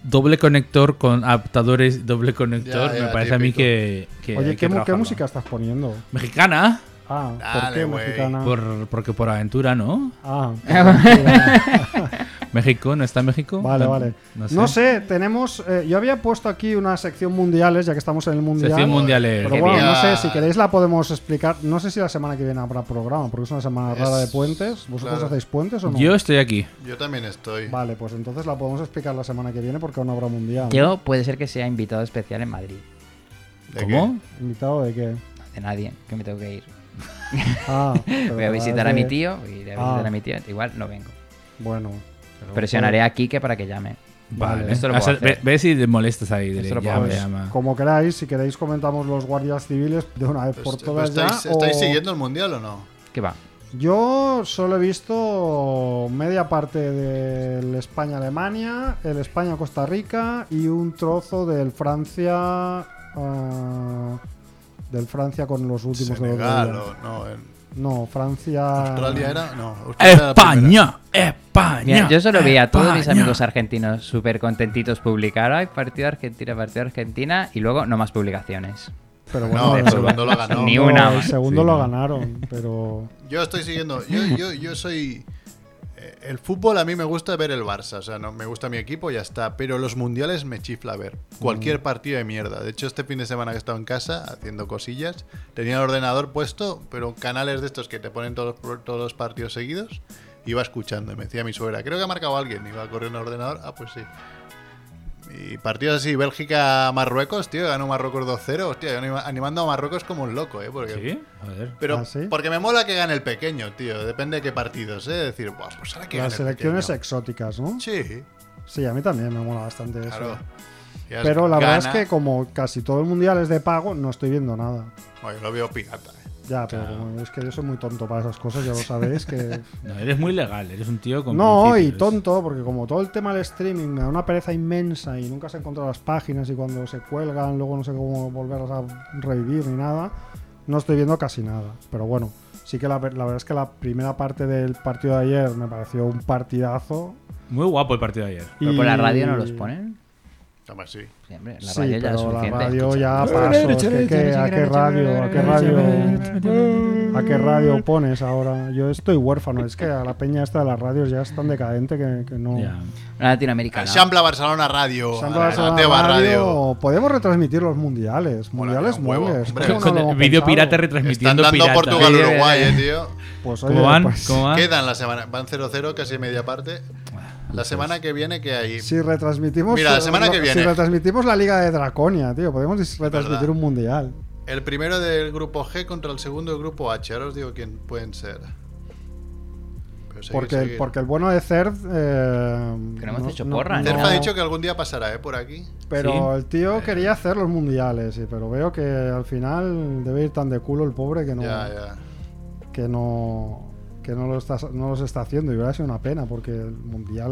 S2: doble conector con adaptadores, doble conector,
S4: Ya, ya,
S2: me parece a mí
S4: típico.
S2: que. que hay
S1: Oye,
S2: que
S1: ¿qué, mu- qué
S2: trabajarlo.
S1: música estás poniendo?
S2: Mexicana,
S1: Ah, ¿por
S4: Dale,
S1: qué
S4: güey.
S1: mexicana?
S2: por, porque por aventura, ¿no?
S1: Ah, por-
S2: México, ¿no está en México?
S1: vale,
S2: No-
S1: vale.
S2: No sé.
S1: tenemos. eh, yo había puesto aquí una sección mundiales, ya que estamos en el mundial.
S2: Sección mundiales.
S1: Pero
S3: Qué
S1: bueno,
S3: bien.
S1: no sé, si queréis la podemos explicar. No sé si la semana que viene habrá programa, porque es una semana
S4: Es-
S1: rara de puentes. ¿Vosotros
S4: claro.
S1: hacéis puentes o no?
S2: Yo estoy aquí.
S4: Yo también estoy.
S1: Vale, pues entonces la podemos explicar la semana que viene porque aún no habrá mundial.
S3: Yo puede ser que sea invitado especial en Madrid.
S4: ¿De
S2: ¿Cómo?
S1: ¿Invitado de qué?
S3: De nadie, que me tengo que ir.
S1: Ah, pero
S3: Voy a visitar
S1: de-
S3: a mi tío, voy a ir a visitar
S1: Ah.
S3: a mi tía. Igual no vengo.
S1: Bueno.
S3: Presionaré a Kike para que llame.
S2: Vale.
S3: Esto lo
S2: Ah,
S3: puedo
S2: o sea, ve,
S3: hacer.
S2: ve si te molestas ahí. dile,
S3: Esto lo
S2: ya
S3: puedo
S2: me
S1: Pues,
S2: llama.
S1: como queráis, si queréis comentamos los guardias civiles de una vez
S4: qué?
S1: por
S4: Pues-
S1: todas
S4: pues ¿Estáis,
S1: ya.
S4: estáis
S1: o-
S4: siguiendo el mundial o no?
S3: ¿Qué va?
S1: Yo solo he visto media parte del España-Alemania, el España-Costa Rica y un trozo del Francia. ah, del Francia con los últimos de los
S4: Senegal
S1: mundiales.
S4: o no. en-
S1: No, Francia.
S4: ¿Australia era? No. Australia era la primera.
S2: España, España.
S3: Mira, yo solo vi a todos mis
S2: España.
S3: amigos argentinos súper contentitos publicar. Ay, partido Argentina, partido Argentina. Y luego no más publicaciones.
S1: Pero
S4: No,
S1: bueno,
S4: el
S1: el-
S4: segundo lo ganó.
S3: Ni una
S1: el
S3: más.
S1: segundo
S2: Sí,
S1: lo
S2: no.
S1: ganaron, pero.
S4: Yo estoy siguiendo. Yo, yo, yo soy. eh, El fútbol a mí me gusta ver el Barça, o sea, no me gusta mi equipo, ya está. Pero los mundiales me chifla ver. Cualquier partido de mierda. De hecho, este fin de semana que he estado en casa haciendo cosillas, tenía el ordenador puesto, pero canales de estos que te ponen todos, los- todos los partidos seguidos, iba escuchando. Y Me decía mi suegra, creo que ha marcado alguien. Iba corriendo al ordenador, ah, pues sí. Y partidos así, Bélgica-Marruecos, tío, ganó Marruecos 2-0. Hostia, yo anima- animando a Marruecos como un loco, ¿eh? Porque
S2: ¿Sí? Joder.
S4: pero
S1: ¿Ah, sí?
S4: porque me mola que gane el pequeño, tío. Depende de qué partidos, ¿eh? Decir, "Buah, pues ahora que
S1: Las
S4: gane el
S1: selecciones
S4: pequeño".
S1: exóticas, ¿no?
S4: Sí,
S1: Sí, a mí también me mola bastante
S4: claro.
S1: eso.
S4: Ya
S1: Pero la verdad
S4: gana.
S1: es que, como casi todo el mundial es de pago, no estoy viendo nada.
S4: Bueno, yo lo veo pirata. ¿eh?
S1: Ya, pero como es que yo soy muy tonto para esas cosas, ya lo sabéis que...
S2: No, eres muy legal, eres un tío con.
S1: No, y
S2: principios.
S1: tonto, porque como todo el tema del streaming me da una pereza inmensa y nunca se encuentran las páginas y cuando se cuelgan luego no sé cómo volverlas a revivir ni nada, no estoy viendo casi nada. Pero bueno, sí que la, ver- la verdad es que la primera parte del partido de ayer me pareció un partidazo.
S2: Muy guapo el partido de ayer.
S3: Pero por la
S1: y-
S3: radio no los ponen.
S4: Toma, sí.
S3: Siempre, la
S1: sí,
S3: radio ya
S1: pero
S3: es suficiente.
S1: la radio ya
S3: Escucha.
S1: paso. es que, ¿qué- ¿A qué radio? ¿A qué radio? ¿A qué radio pones ahora? Yo estoy huérfano. Es que a la peña esta de las radios ya es tan decadente que, que no.
S2: Ya.
S3: Una latinoamericana.
S4: Champla Barcelona Radio. eh,
S1: Sandra Barcelona
S4: Teba Radio.
S1: Radio, Podemos retransmitir los mundiales.
S4: Molaría
S1: Mundiales
S4: un huevo,
S1: muebles.
S4: hombre.
S1: ¿Cómo no
S2: Con
S1: lo hemos
S2: video
S1: pensado?
S2: pirata
S4: Están
S2: retransmitiendo
S4: dando
S2: pirata. ¿Ah?
S4: Portugal-Uruguay, eh, tío.
S1: Pues oye,
S2: ¿Cómo van?
S1: pues,
S2: ¿Cómo van?
S4: Quedan la semana. Van 0-0, casi media parte. La semana que viene que hay.
S1: Si retransmitimos.
S4: Mira, la semana que
S1: si
S4: viene.
S1: retransmitimos la Liga de Draconia, tío. Podemos dis- retransmitir
S4: verdad.
S1: un mundial.
S4: El primero del grupo G contra el segundo del grupo H. Ahora os digo quién pueden ser. Pero seguid,
S1: Porque,
S4: seguid.
S1: porque el bueno de Cerd. eh,
S3: Que no hemos hecho porra, ¿no?
S4: Cerf
S3: No.
S4: ha dicho que algún día pasará, ¿eh? Por aquí.
S1: Pero
S2: Sí.
S1: el tío quería hacer los mundiales, sí, pero veo que al final debe ir tan de culo el pobre que no,
S4: Ya, ya.
S1: que no, que no, lo está, no los está haciendo. Y hubiera sido una pena, porque el mundial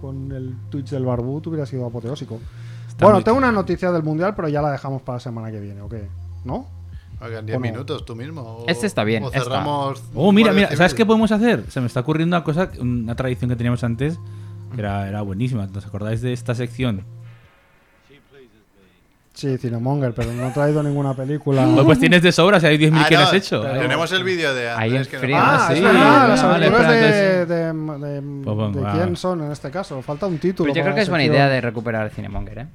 S1: con el Twitch del Barbut hubiera sido apoteósico.
S2: Está
S1: bueno,
S2: muy
S1: tengo una
S2: claro.
S1: noticia del mundial, pero ya la dejamos para la semana que viene, ¿o qué? ¿No?
S4: Oigan, 10
S1: ¿O no?
S4: minutos tú mismo. o-
S3: Este está bien,
S4: O
S3: esta.
S4: cerramos.
S2: Oh, mira,
S4: Guardia
S2: mira, ¿sabes qué
S4: Civil.
S2: podemos hacer? Se me está ocurriendo una cosa, una tradición que teníamos antes, que era, era buenísima. ¿Os acordáis de esta sección?
S1: Sí, Cinemonger, pero no he traído ninguna película.
S2: Pues, pues tienes de sobra si hay 10.000
S4: Ah,
S2: que
S4: no,
S2: has hecho.
S4: pero Tenemos el vídeo de
S3: Ahí
S4: Andrés
S3: en
S4: que nos-
S3: frío,
S1: Ah,
S2: Ah,
S1: es
S2: sí,
S1: verdad, las
S2: ah, vale,
S1: aventuras
S2: espera,
S1: de, de- de-
S2: Pues bueno,
S1: de
S2: va.
S1: quién son en este caso. Falta un título.
S3: Pero Pues yo creo
S1: para
S3: que es
S1: la
S3: buena
S1: sección.
S3: idea de recuperar el Cinemonger, ¿eh?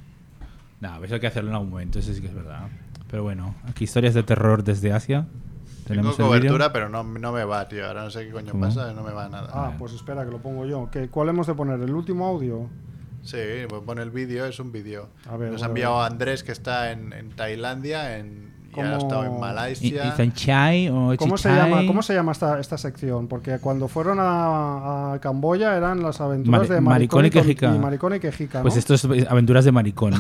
S2: No, eso hay que hacerlo en algún momento, eso sí que es verdad. Pero bueno, aquí historias de terror desde Asia.
S4: Tengo
S2: Tenemos el vídeo.
S4: cobertura, pero no, no me va, tío. Ahora no sé qué coño
S2: ¿Cómo?
S4: pasa, no me va nada.
S1: Ah, pues espera, que lo pongo yo. ¿Qué, ¿Cuál hemos de poner? ¿El último audio?
S4: Sí, pues pone el vídeo, es un vídeo.
S1: A ver,
S4: Nos
S1: a
S4: ha
S1: ver.
S4: enviado Andrés que está en, en Tailandia en, y ha
S1: ¿Cómo?
S4: estado en
S2: Y- y
S4: Malasia.
S2: Zanchai o
S1: ¿Cómo se
S2: Chichai.
S1: llama, ¿cómo se llama esta, esta sección? Porque cuando fueron a, a Camboya eran las aventuras
S2: Mari-
S1: de
S2: Maricón y
S1: Ton-
S2: Quejica.
S1: y Maricón y Quejica.
S2: Pues
S1: ¿no?
S2: esto es aventuras de maricón.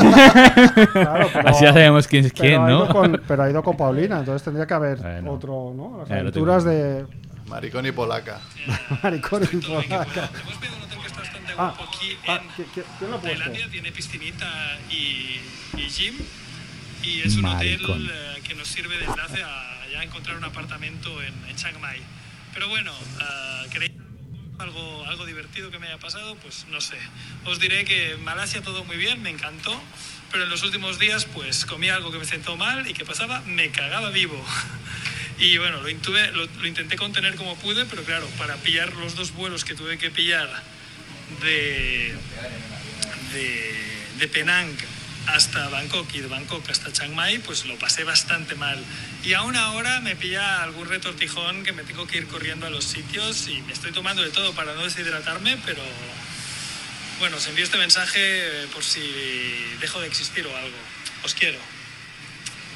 S1: Claro, pero-
S2: Así ya sabemos quién es
S1: pero
S2: quién,
S1: ha ido
S2: ¿no?
S1: con- pero ha ido con Paulina, entonces tendría que haber
S2: Bueno.
S1: otro, ¿no? Las
S2: Ya, lo
S1: aventuras
S2: tengo.
S1: de
S4: Maricón y polaca.
S1: Maricón y Polaca.
S6: Hemos pedido un hotel que está bastante
S1: Ah,
S6: guapo aquí
S1: ah,
S6: en
S1: ¿qui- qui- ¿Quién lo ha puesto?
S6: Tailandia, tiene piscinita y, y gym. Y es un
S2: Maricón.
S6: hotel eh, que nos sirve de enlace a ya encontrar un apartamento en, en Chiang Mai. Pero bueno, eh, ¿queréis algo, algo divertido que me haya pasado? Pues no sé. Os diré que en Malasia todo muy bien, me encantó. Pero en los últimos días, pues comí algo que me sentó mal y que pasaba, me cagaba vivo. Y bueno, lo, intuve- lo- lo intenté contener como pude, pero claro, para pillar los dos vuelos que tuve que pillar de, de, de Penang hasta Bangkok y de Bangkok hasta Chiang Mai, pues lo pasé bastante mal. Y aún ahora me pilla algún retortijón que me tengo que ir corriendo a los sitios y me estoy tomando de todo para no deshidratarme, pero bueno, os envío este mensaje eh, por si dejo de existir o algo. Os quiero.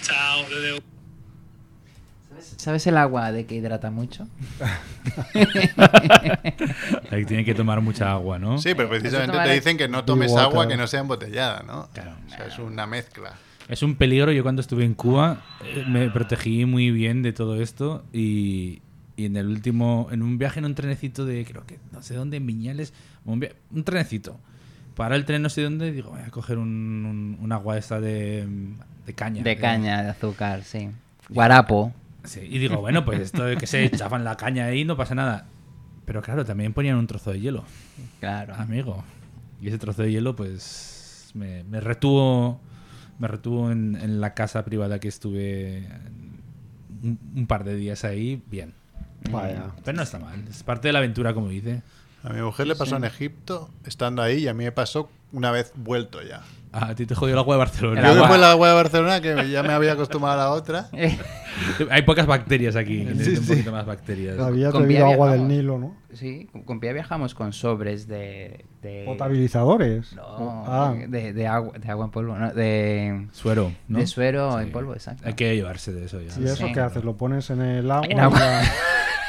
S6: Chao, Dedeu.
S3: ¿Sabes el agua de que hidrata mucho?
S2: Ahí tiene que tomar mucha agua, ¿no?
S4: Sí, pero precisamente te
S3: tomarás-
S4: dicen que no tomes
S1: Water.
S4: agua que no sea embotellada, ¿no?
S2: Claro.
S4: O sea, es una mezcla.
S2: Es un peligro. Yo cuando estuve en Cuba eh, me protegí muy bien de todo esto y, y en el último, en un viaje en un trenecito de creo que no sé dónde, en Viñales, un, via- un trenecito. Para el tren no sé dónde, digo, voy a coger un, un- un agua esta de, mm, de caña.
S3: De caña, de azúcar, sí. Guarapo.
S2: Sí, y digo, bueno, pues esto de que se chafan la caña ahí, no pasa nada. Pero claro, también ponían un trozo de hielo,
S3: Claro.
S2: Ah, amigo. Y ese trozo de hielo, pues me, me retuvo, me retuvo en, en la casa privada que estuve un, un par de días ahí, bien.
S1: Vaya.
S2: Pero no está mal, es parte de la aventura, como dice.
S4: A mi mujer le pasó en Egipto estando ahí y a mí me pasó una vez vuelto ya.
S2: Ah, a ti te jodió el agua de
S3: El
S2: Barcelona.
S4: Creo que
S3: agua.
S4: fue la agua de Barcelona que ya me había acostumbrado a la otra.
S3: Eh,
S2: Hay pocas bacterias aquí, que
S4: Sí,
S2: necesito un
S4: sí.
S2: poquito más bacterias.
S1: Habías
S3: Con
S1: bebido
S3: Pia
S1: agua del
S3: viajamos.
S1: Nilo, ¿no?
S3: sí, con Pia viajamos con sobres de. de
S1: Potabilizadores.
S3: no,
S1: Ah.
S3: de, de agua, de agua en polvo, ¿no? De,
S2: Suero, ¿no?
S3: de suero en
S2: Sí.
S3: polvo, exacto.
S2: Hay que llevarse de eso ya.
S1: ¿Y eso
S3: Sí.
S1: qué haces? ¿Lo pones en el agua?
S3: En agua.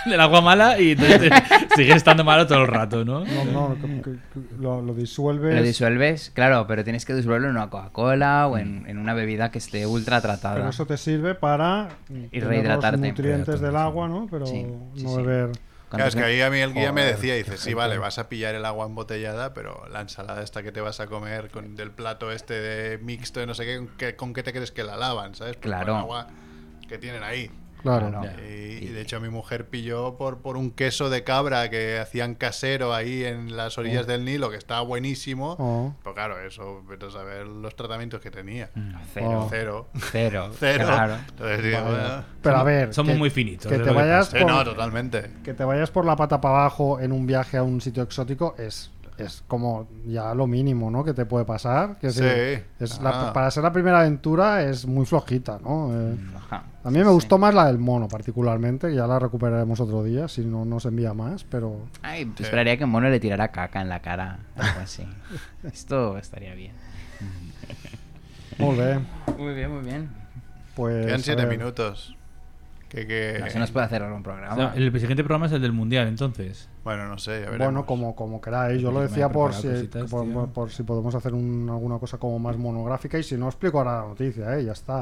S2: del agua mala y entonces te- sigue estando malo todo el rato, ¿no?
S1: No, no, que- que- que lo, lo disuelves.
S3: Lo disuelves, claro, pero tienes que disolverlo en una Coca-Cola o en, en una bebida que esté ultra tratada.
S1: Pero eso te sirve para mm, tener
S3: rehidratarte.
S1: los nutrientes
S2: Rehidratarte,
S1: del
S2: sí.
S1: agua, ¿no? Pero
S3: Sí, sí,
S1: no
S3: sí.
S1: beber.
S4: Claro, es que ahí a mí el guía me
S3: Joder,
S4: decía, dice,
S3: qué
S4: sí,
S3: rico.
S4: vale, vas a pillar el agua embotellada, pero la ensalada esta que te vas a comer con del plato este de mixto de no sé qué, ¿con qué, con qué te crees que la lavan? ¿Sabes? Pues
S3: Claro.
S4: Con agua que tienen ahí.
S1: Claro.
S3: Claro.
S4: Y, y de hecho mi mujer pilló por, por un queso de cabra que hacían casero ahí en las orillas
S3: Oh.
S4: del Nilo, que estaba buenísimo.
S1: Oh.
S4: Pero Pues claro, eso, pero saber los tratamientos que tenía.
S3: Mm, Cero,
S1: Oh.
S4: Cero.
S3: cero,
S4: Cero.
S3: claro.
S4: Entonces, digo, bueno,
S1: Pero a ver.
S2: Somos
S1: que-
S2: muy finitos,
S1: Que
S2: es
S1: te,
S2: lo que
S1: vayas
S4: sí,
S1: por,
S4: no, totalmente.
S1: que te vayas por la pata para abajo en un viaje a un sitio exótico es, es como ya lo mínimo, ¿no? Que te puede pasar. Que
S4: Sí.
S1: es la-
S4: Ah.
S1: para ser la primera aventura es muy flojita, ¿no? Eh,
S3: Ajá.
S1: a mí me gustó más la del mono, particularmente. que Ya la recuperaremos otro día, si no nos envía más, pero.
S3: Ay, pues esperaría que Mono le tirara caca en la cara, algo así. Esto estaría bien.
S1: Muy bien.
S3: Muy bien, muy bien.
S1: Pues.
S4: Quedan
S1: a
S4: siete
S1: ver.
S4: minutos. Que, que-
S3: No se nos puede hacer ahora
S1: Ah,
S3: un
S2: O
S3: programa.
S2: sea, el siguiente programa es el del mundial, entonces.
S4: Bueno, no sé, ya veremos.
S1: Bueno, como, como queráis. Yo
S2: Porque
S1: lo
S2: me he
S1: decía por si,
S2: preparado cositas,
S1: por,
S2: tío.
S1: por- por si podemos hacer un- alguna cosa como más monográfica. Y si no, explico ahora la noticia, ¿eh? Ya está.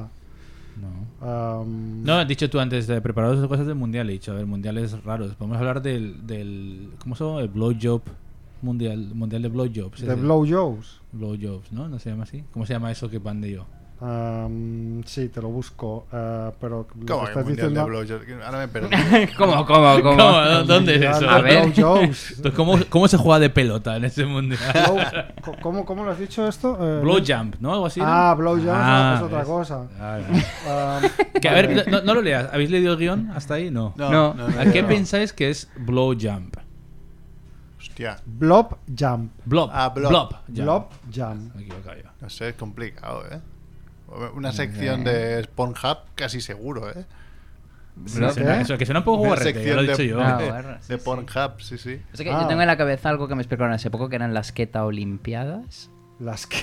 S1: Em,
S2: No.
S1: Am,
S2: No, has dicho tú antes, de preparados de cosas del mundial, he dicho, a ver, mundiales raros. Podemos hablar del, del ¿cómo se llama? El blowjob mundial, mundial de blowjobs.
S1: de
S2: ese.
S1: Blow Joes.
S2: Blowjobs, ¿no? ¿No se llama así? ¿Cómo se llama eso que van de yo?
S1: Am, Em, sí, te lo busco. ah, pero lo que
S4: ¿Cómo que
S1: estás
S4: mundial
S1: diciendo.
S4: de blowjobs? Ahora me perdí.
S3: ¿Cómo, cómo, cómo?
S2: ¿Cómo? ¿Dónde es
S1: Mundial
S2: eso?
S1: de
S3: A ver.
S1: blowjobs.
S2: Entonces, ¿Cómo, ¿Cómo se juega de pelota en ese mundial?
S1: Blow- co- ¿Cómo, ¿Cómo lo has dicho esto? Eh,
S2: Blow jump, ¿no? Algo así. ¿no?
S1: Ah, blowjobs
S2: Ah,
S1: es otra
S2: ¿ves?
S1: cosa.
S2: Ah, no.
S1: Am,
S2: Que, a ver,
S1: vale.
S2: no, no lo leas. ¿Habéis leído el guión hasta ahí? No.
S3: No.
S2: ¿A qué
S4: no.
S2: pensáis que es blow jump?
S4: Hostia,
S1: Blob jump.
S2: Blob.
S4: Ah, blob.
S2: jump.
S1: Blob jump.
S2: Me he equivocado yo.
S4: no sé, es complicado, ¿eh? Una sección de Pornhub casi seguro, ¿eh?
S3: Blob.
S2: Sí, suena-
S1: ¿eh?
S2: eso, que suena un poco
S4: Una
S2: guarrete, ya lo he dicho
S4: de,
S2: yo.
S3: Ah,
S4: de-
S3: guarra, sí,
S4: de
S3: sí.
S4: Pornhub, sí, sí.
S3: O sea que
S1: Ah.
S3: Yo tengo en la cabeza algo que me explicaron hace poco, que eran las Keta Olimpiadas.
S1: Las que.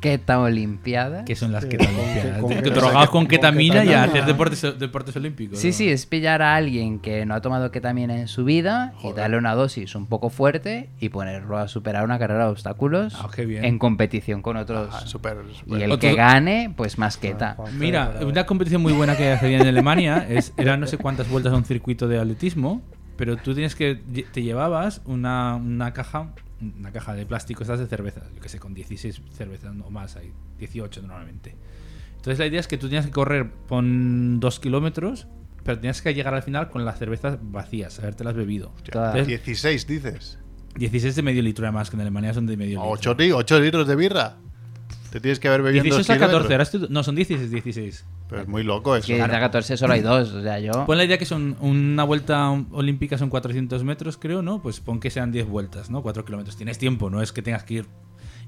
S3: Keta Olimpiadas.
S2: Que son las
S1: Sí,
S2: que
S1: con que- con
S2: te
S1: que-
S2: drogas con
S4: con
S2: ketamina y
S4: ketamina.
S2: haces deportes, deportes olímpicos.
S3: Sí,
S2: ¿no?
S3: sí, es pillar a alguien que no ha tomado ketamina en su vida y darle una dosis un poco fuerte y ponerlo a superar una carrera de obstáculos
S2: Ah, qué bien.
S3: en competición con otros.
S4: Ah, súper.
S3: y
S4: súper-
S3: el
S2: Otro-
S3: que gane, pues más keta.
S2: Mira, una competición muy buena que hacían en Alemania es, era no sé cuántas vueltas a un circuito de atletismo, pero tú tienes que te llevabas una, una caja una caja de plástico estas de cervezas, yo que sé, con 16 cervezas o más, hay 18 normalmente. Entonces la idea es que tú tenías que correr con 2 kilómetros, pero tenías que llegar al final con las cervezas vacías, habértelas bebido.
S4: Hostia,
S2: ¿Ves?
S4: 16 dices.
S2: 16 de medio litro además, que en Alemania son de medio litro.
S4: 8, litros de birra. Te tienes que haber bebido.
S2: 16
S4: dos
S2: a 14,
S4: kilómetros.
S2: ahora estoy- no, son 16, 16.
S4: Pero es muy loco eso.
S3: Que en la 14 solo hay dos, o sea,
S4: Ah.
S3: yo.
S2: Pon la idea que son una vuelta olímpica son 400 metros, creo, ¿no? Pues pon que sean 10 vueltas, ¿no? 4 kilómetros. Tienes tiempo, no es que tengas que ir.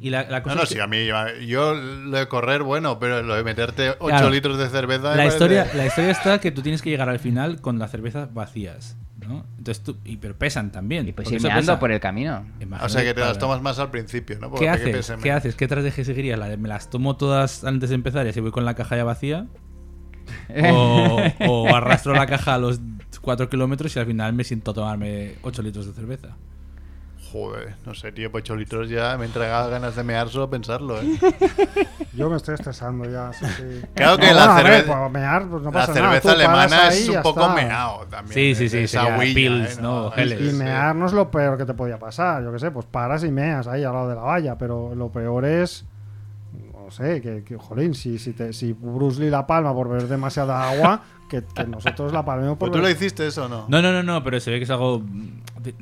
S2: Y la, la
S4: No,
S2: cosa
S4: no,
S2: es que
S4: sí, a mí. Yo lo de correr, bueno, pero lo de meterte 8
S2: Claro.
S4: litros de cerveza. me
S2: la,
S4: parece-
S2: historia, la historia está que tú tienes que llegar al final con las cervezas vacías, ¿no? Entonces tú, y, pero pesan también.
S3: Y pues
S2: porque
S3: ir
S2: eso
S3: meando
S2: pesa.
S3: por el camino.
S2: Imagínate
S4: O sea, que te las
S2: para-
S4: tomas más al principio, ¿no? Porque
S2: ¿Qué
S4: para que
S2: haces?
S4: pese
S2: ¿Qué
S4: menos.
S2: haces? ¿Qué estrategia seguirías? ¿La de me las tomo todas antes de empezar y así voy con la caja ya vacía? ¿O, o arrastro la caja a los 4 kilómetros y al final me siento a tomarme 8 litros de cerveza?
S4: Joder, no sé, tío, pues 8 litros ya me he entregado ganas de mear solo pensarlo, ¿eh?
S1: Yo me estoy estresando ya. Sí, sí.
S4: Claro que
S1: No,
S4: la
S1: bueno, a ver,
S4: cerveza-
S1: pues, mear, pues no
S4: la
S1: pasa nada,
S4: cerveza
S1: tú paras
S4: alemana
S1: ahí y
S4: es un
S1: ya
S4: poco
S1: está.
S4: meado también.
S2: Sí, sí,
S4: es
S2: sí,
S4: Esa
S2: sería
S4: huilla,
S2: pills,
S4: ¿eh?
S2: ¿no?
S4: Sí,
S2: Geles.
S1: Y
S4: sí.
S1: mear no es lo peor que te podía pasar, yo qué sé, pues paras y meas ahí al lado de la valla, pero lo peor es, no sé, que, que, jolín, si, si, te, si Bruce Lee la palma por beber demasiada agua, que, que nosotros la palmemos por
S4: ¿Pero Pues ¿Tú lo
S1: beber-
S4: hiciste eso o no?
S2: No, no, no, no, pero se ve que es algo.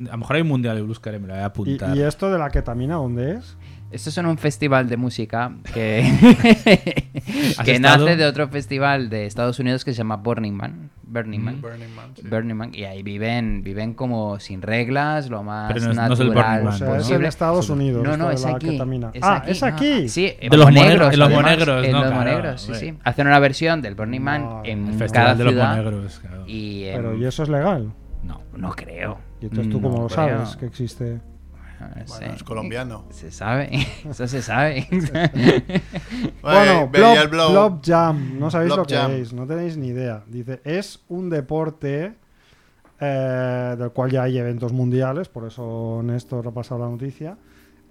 S2: A lo mejor hay un mundial y buscaré, me lo voy a
S1: ¿Y,
S2: apuntar.
S1: y esto de la ketamina dónde es?
S3: Esto es en un festival de música que,
S2: ¿Has
S3: que
S2: estado?
S3: nace de otro festival de Estados Unidos que se llama Burning Man. Burning
S2: Mm.
S3: Man.
S4: Burning Man, sí.
S3: Burning Man, y ahí viven, viven como sin reglas, lo más
S2: Pero no es- no es el
S3: natural
S2: Burning
S1: O
S2: Man, pues,
S1: sea,
S2: ¿no?
S1: es en
S3: posible.
S1: Estados Unidos.
S3: pues No,
S1: esto
S3: no,
S1: de
S3: es
S1: la
S3: aquí.
S1: ketamina. ah, es
S3: ah,
S1: aquí.
S3: sí,
S2: De los monegros,
S3: monegros,
S2: en los
S3: además,
S2: monegros,
S3: en
S2: ¿no?
S3: los
S2: Claro,
S3: monegros, sí,
S2: hombre.
S3: sí. Hacen una versión del Burning Man
S1: No,
S3: en
S2: El
S3: cada
S2: festival de los
S3: ciudad.
S2: monegros. claro.
S3: y en-
S1: Pero ¿y eso es legal?
S2: No.
S3: no creo.
S1: ¿Y entonces tú
S3: No
S1: cómo lo
S3: creo.
S1: sabes que existe?
S3: No sé.
S4: Bueno, es colombiano.
S3: Se sabe, eso se sabe.
S1: Bueno,
S4: Oye, veía el
S1: Blob,
S4: blog.
S1: Blob Jam, no sabéis
S4: Blob
S1: lo que
S4: Jam.
S1: es, no tenéis ni idea. Dice, es un deporte eh, del cual ya hay eventos mundiales, por eso Néstor ha pasado la noticia,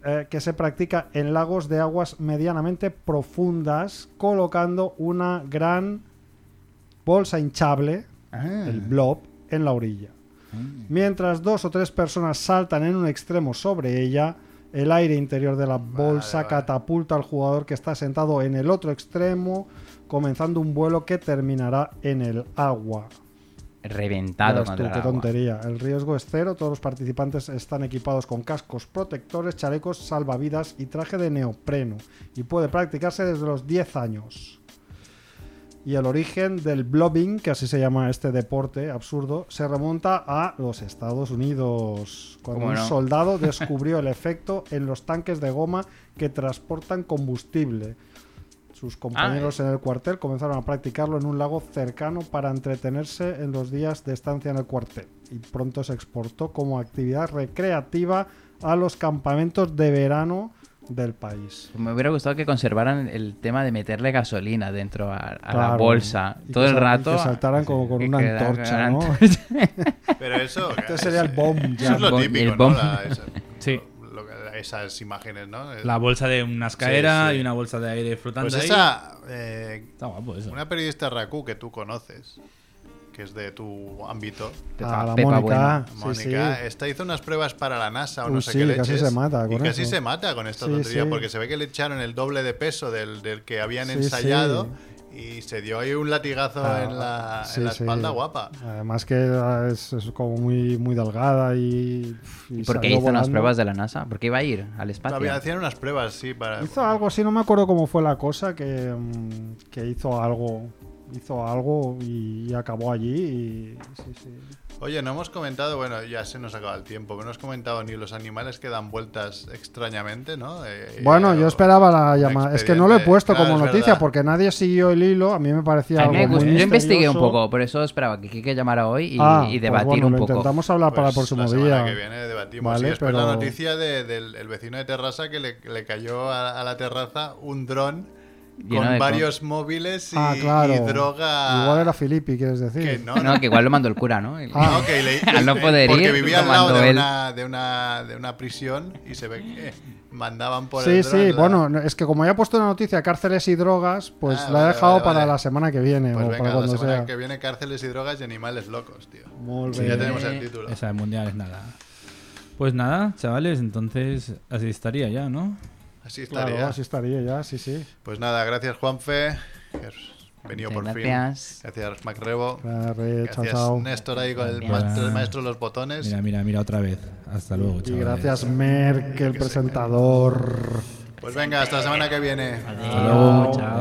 S1: eh, que se practica en lagos de aguas medianamente profundas, colocando una gran bolsa hinchable,
S4: Ah.
S1: el blob, en la orilla. Mientras dos o tres personas saltan en un extremo sobre ella, el aire interior de la bolsa
S4: vale.
S1: catapulta al jugador que está sentado en el otro extremo, comenzando un vuelo que terminará en el agua. Ya
S3: Reventado
S1: ves tú,
S3: contra el
S1: qué
S3: agua.
S1: tontería. El riesgo es cero. Todos los participantes están equipados con cascos protectores, chalecos salvavidas y traje de neopreno. Y puede practicarse desde los 10 años. Y el origen del blobbing, que así se llama este deporte absurdo, se remonta a los Estados Unidos, cuando
S3: ¿Cómo
S1: un
S3: no?
S1: soldado descubrió el efecto en los tanques de goma que transportan combustible.
S3: Ah,
S1: Sus compañeros en el cuartel comenzaron a practicarlo en un lago cercano para entretenerse en los días de estancia en el cuartel y pronto se exportó como actividad recreativa a los campamentos de verano del país.
S3: Me hubiera gustado que conservaran el tema de meterle gasolina dentro a, a la
S1: Claro.
S3: bolsa
S1: Y
S3: todo
S1: que
S3: el
S1: sal- y
S3: rato.
S1: que saltaran como con
S3: que
S1: una
S3: quedara-
S1: antorcha, ¿no?
S4: Pero eso.
S1: Este sería el bomb
S4: Eso
S1: jam.
S4: es lo
S3: Bomb-
S4: típico,
S3: el bomb.
S4: ¿no? La- esa-
S2: Sí.
S4: lo que- esas imágenes, ¿no?
S2: La bolsa de unas
S4: Sí,
S2: caderas
S4: sí.
S2: y una bolsa de aire flotando
S4: Pues
S2: ahí.
S4: esa. eh,
S2: Está guapo eso.
S4: una periodista Raku que tú conoces. que es de tu ámbito,
S1: A la
S3: Pepa
S1: Mónica. Sí, sí.
S4: Mónica, esta hizo unas pruebas para la NASA o
S1: Uy,
S4: no sé
S1: sí,
S4: qué
S1: casi
S4: leches.
S1: se mata
S4: y
S1: con
S4: casi
S1: eso.
S4: se mata con esta
S1: Sí,
S4: tontería,
S1: sí.
S4: porque se ve que le echaron el doble de peso del, del que habían
S1: Sí,
S4: ensayado y se dio ahí un latigazo
S1: Ah,
S4: en, la,
S1: sí,
S4: en la
S1: sí.
S4: espalda guapa.
S1: Además que ah, es, es como muy, muy delgada y...
S3: ¿Y por qué hizo las pruebas de la NASA? ¿Por qué iba a ir al espacio?
S4: Había- Hacían unas pruebas, sí, para...
S1: Hizo algo así, no me acuerdo cómo fue la cosa, que, mm, que hizo algo... Hizo algo y, y acabó allí y... Sí, sí.
S4: Oye, no hemos comentado, bueno, ya se nos acaba el tiempo, pero no hemos comentado ni los animales que dan vueltas extrañamente, ¿no? Eh,
S1: Bueno,
S4: eh,
S1: yo
S4: o-
S1: esperaba la llamada. Es que no lo he
S4: expediente.
S1: puesto
S4: Claro,
S1: como
S4: es
S1: noticia
S4: verdad.
S1: porque nadie siguió el hilo. A mí me parecía
S3: A mí me
S1: algo muy
S3: gusta- Yo investigué un
S1: misterioso.
S3: poco, por eso esperaba que Kike llamara hoy y,
S1: Ah,
S3: y
S1: pues
S3: debatir
S1: bueno,
S3: un
S1: lo
S3: poco.
S1: Intentamos hablar para el
S4: Pues
S1: próximo
S4: la semana
S1: día.
S4: que viene debatimos.
S1: Vale,
S4: y después
S1: pero-
S4: la noticia de- del el vecino de terraza que le, le cayó a, a la terraza un dron
S3: Lleno de
S4: con
S3: con-
S4: varios móviles y,
S1: ah, claro.
S4: y droga.
S1: Igual era Filippi, quieres decir.
S4: que no,
S3: No, que igual lo mandó el cura, ¿no?
S1: Ah.
S4: no, que le- eh,
S3: Al no poder
S4: porque
S3: ir,
S4: vivía
S3: lo
S4: al lado
S3: mandó
S4: de
S3: él.
S4: una, de, una, de una prisión y se ve que mandaban por
S1: sí,
S4: el
S1: sí.
S4: dron la-
S1: Bueno, no, es que como ya he puesto en la noticia cárceles y drogas, pues
S4: Ah,
S1: la he
S4: vale,
S1: dejado
S4: vale,
S1: para
S4: vale.
S1: la semana que viene
S4: Pues
S1: o
S4: venga,
S1: para
S4: la
S1: cuando
S4: semana
S1: sea.
S4: que viene cárceles y drogas y animales locos, tío.
S1: Muy
S4: Sí,
S1: bien.
S4: Pues ya tenemos el título.
S2: Esa de mundial es nada. Pues nada, chavales, entonces así estaría ya, ¿no?
S4: Así estaría.
S1: Claro, así estaría ya, sí, sí.
S4: Pues nada, gracias Juanfe, que has venido por
S3: Muchas
S4: fin.
S3: gracias.
S4: Gracias Macrebo.
S1: Arre, chao,
S4: Gracias
S1: chao.
S4: Néstor ahí con el
S3: Gracias.
S4: maestro, el maestro de los botones.
S2: Mira, mira, mira otra vez. Hasta luego,
S1: Y
S2: chavales.
S1: gracias, Merck, el presentador.
S4: Pues venga, hasta la semana que viene.
S2: Hasta luego.
S3: Chao.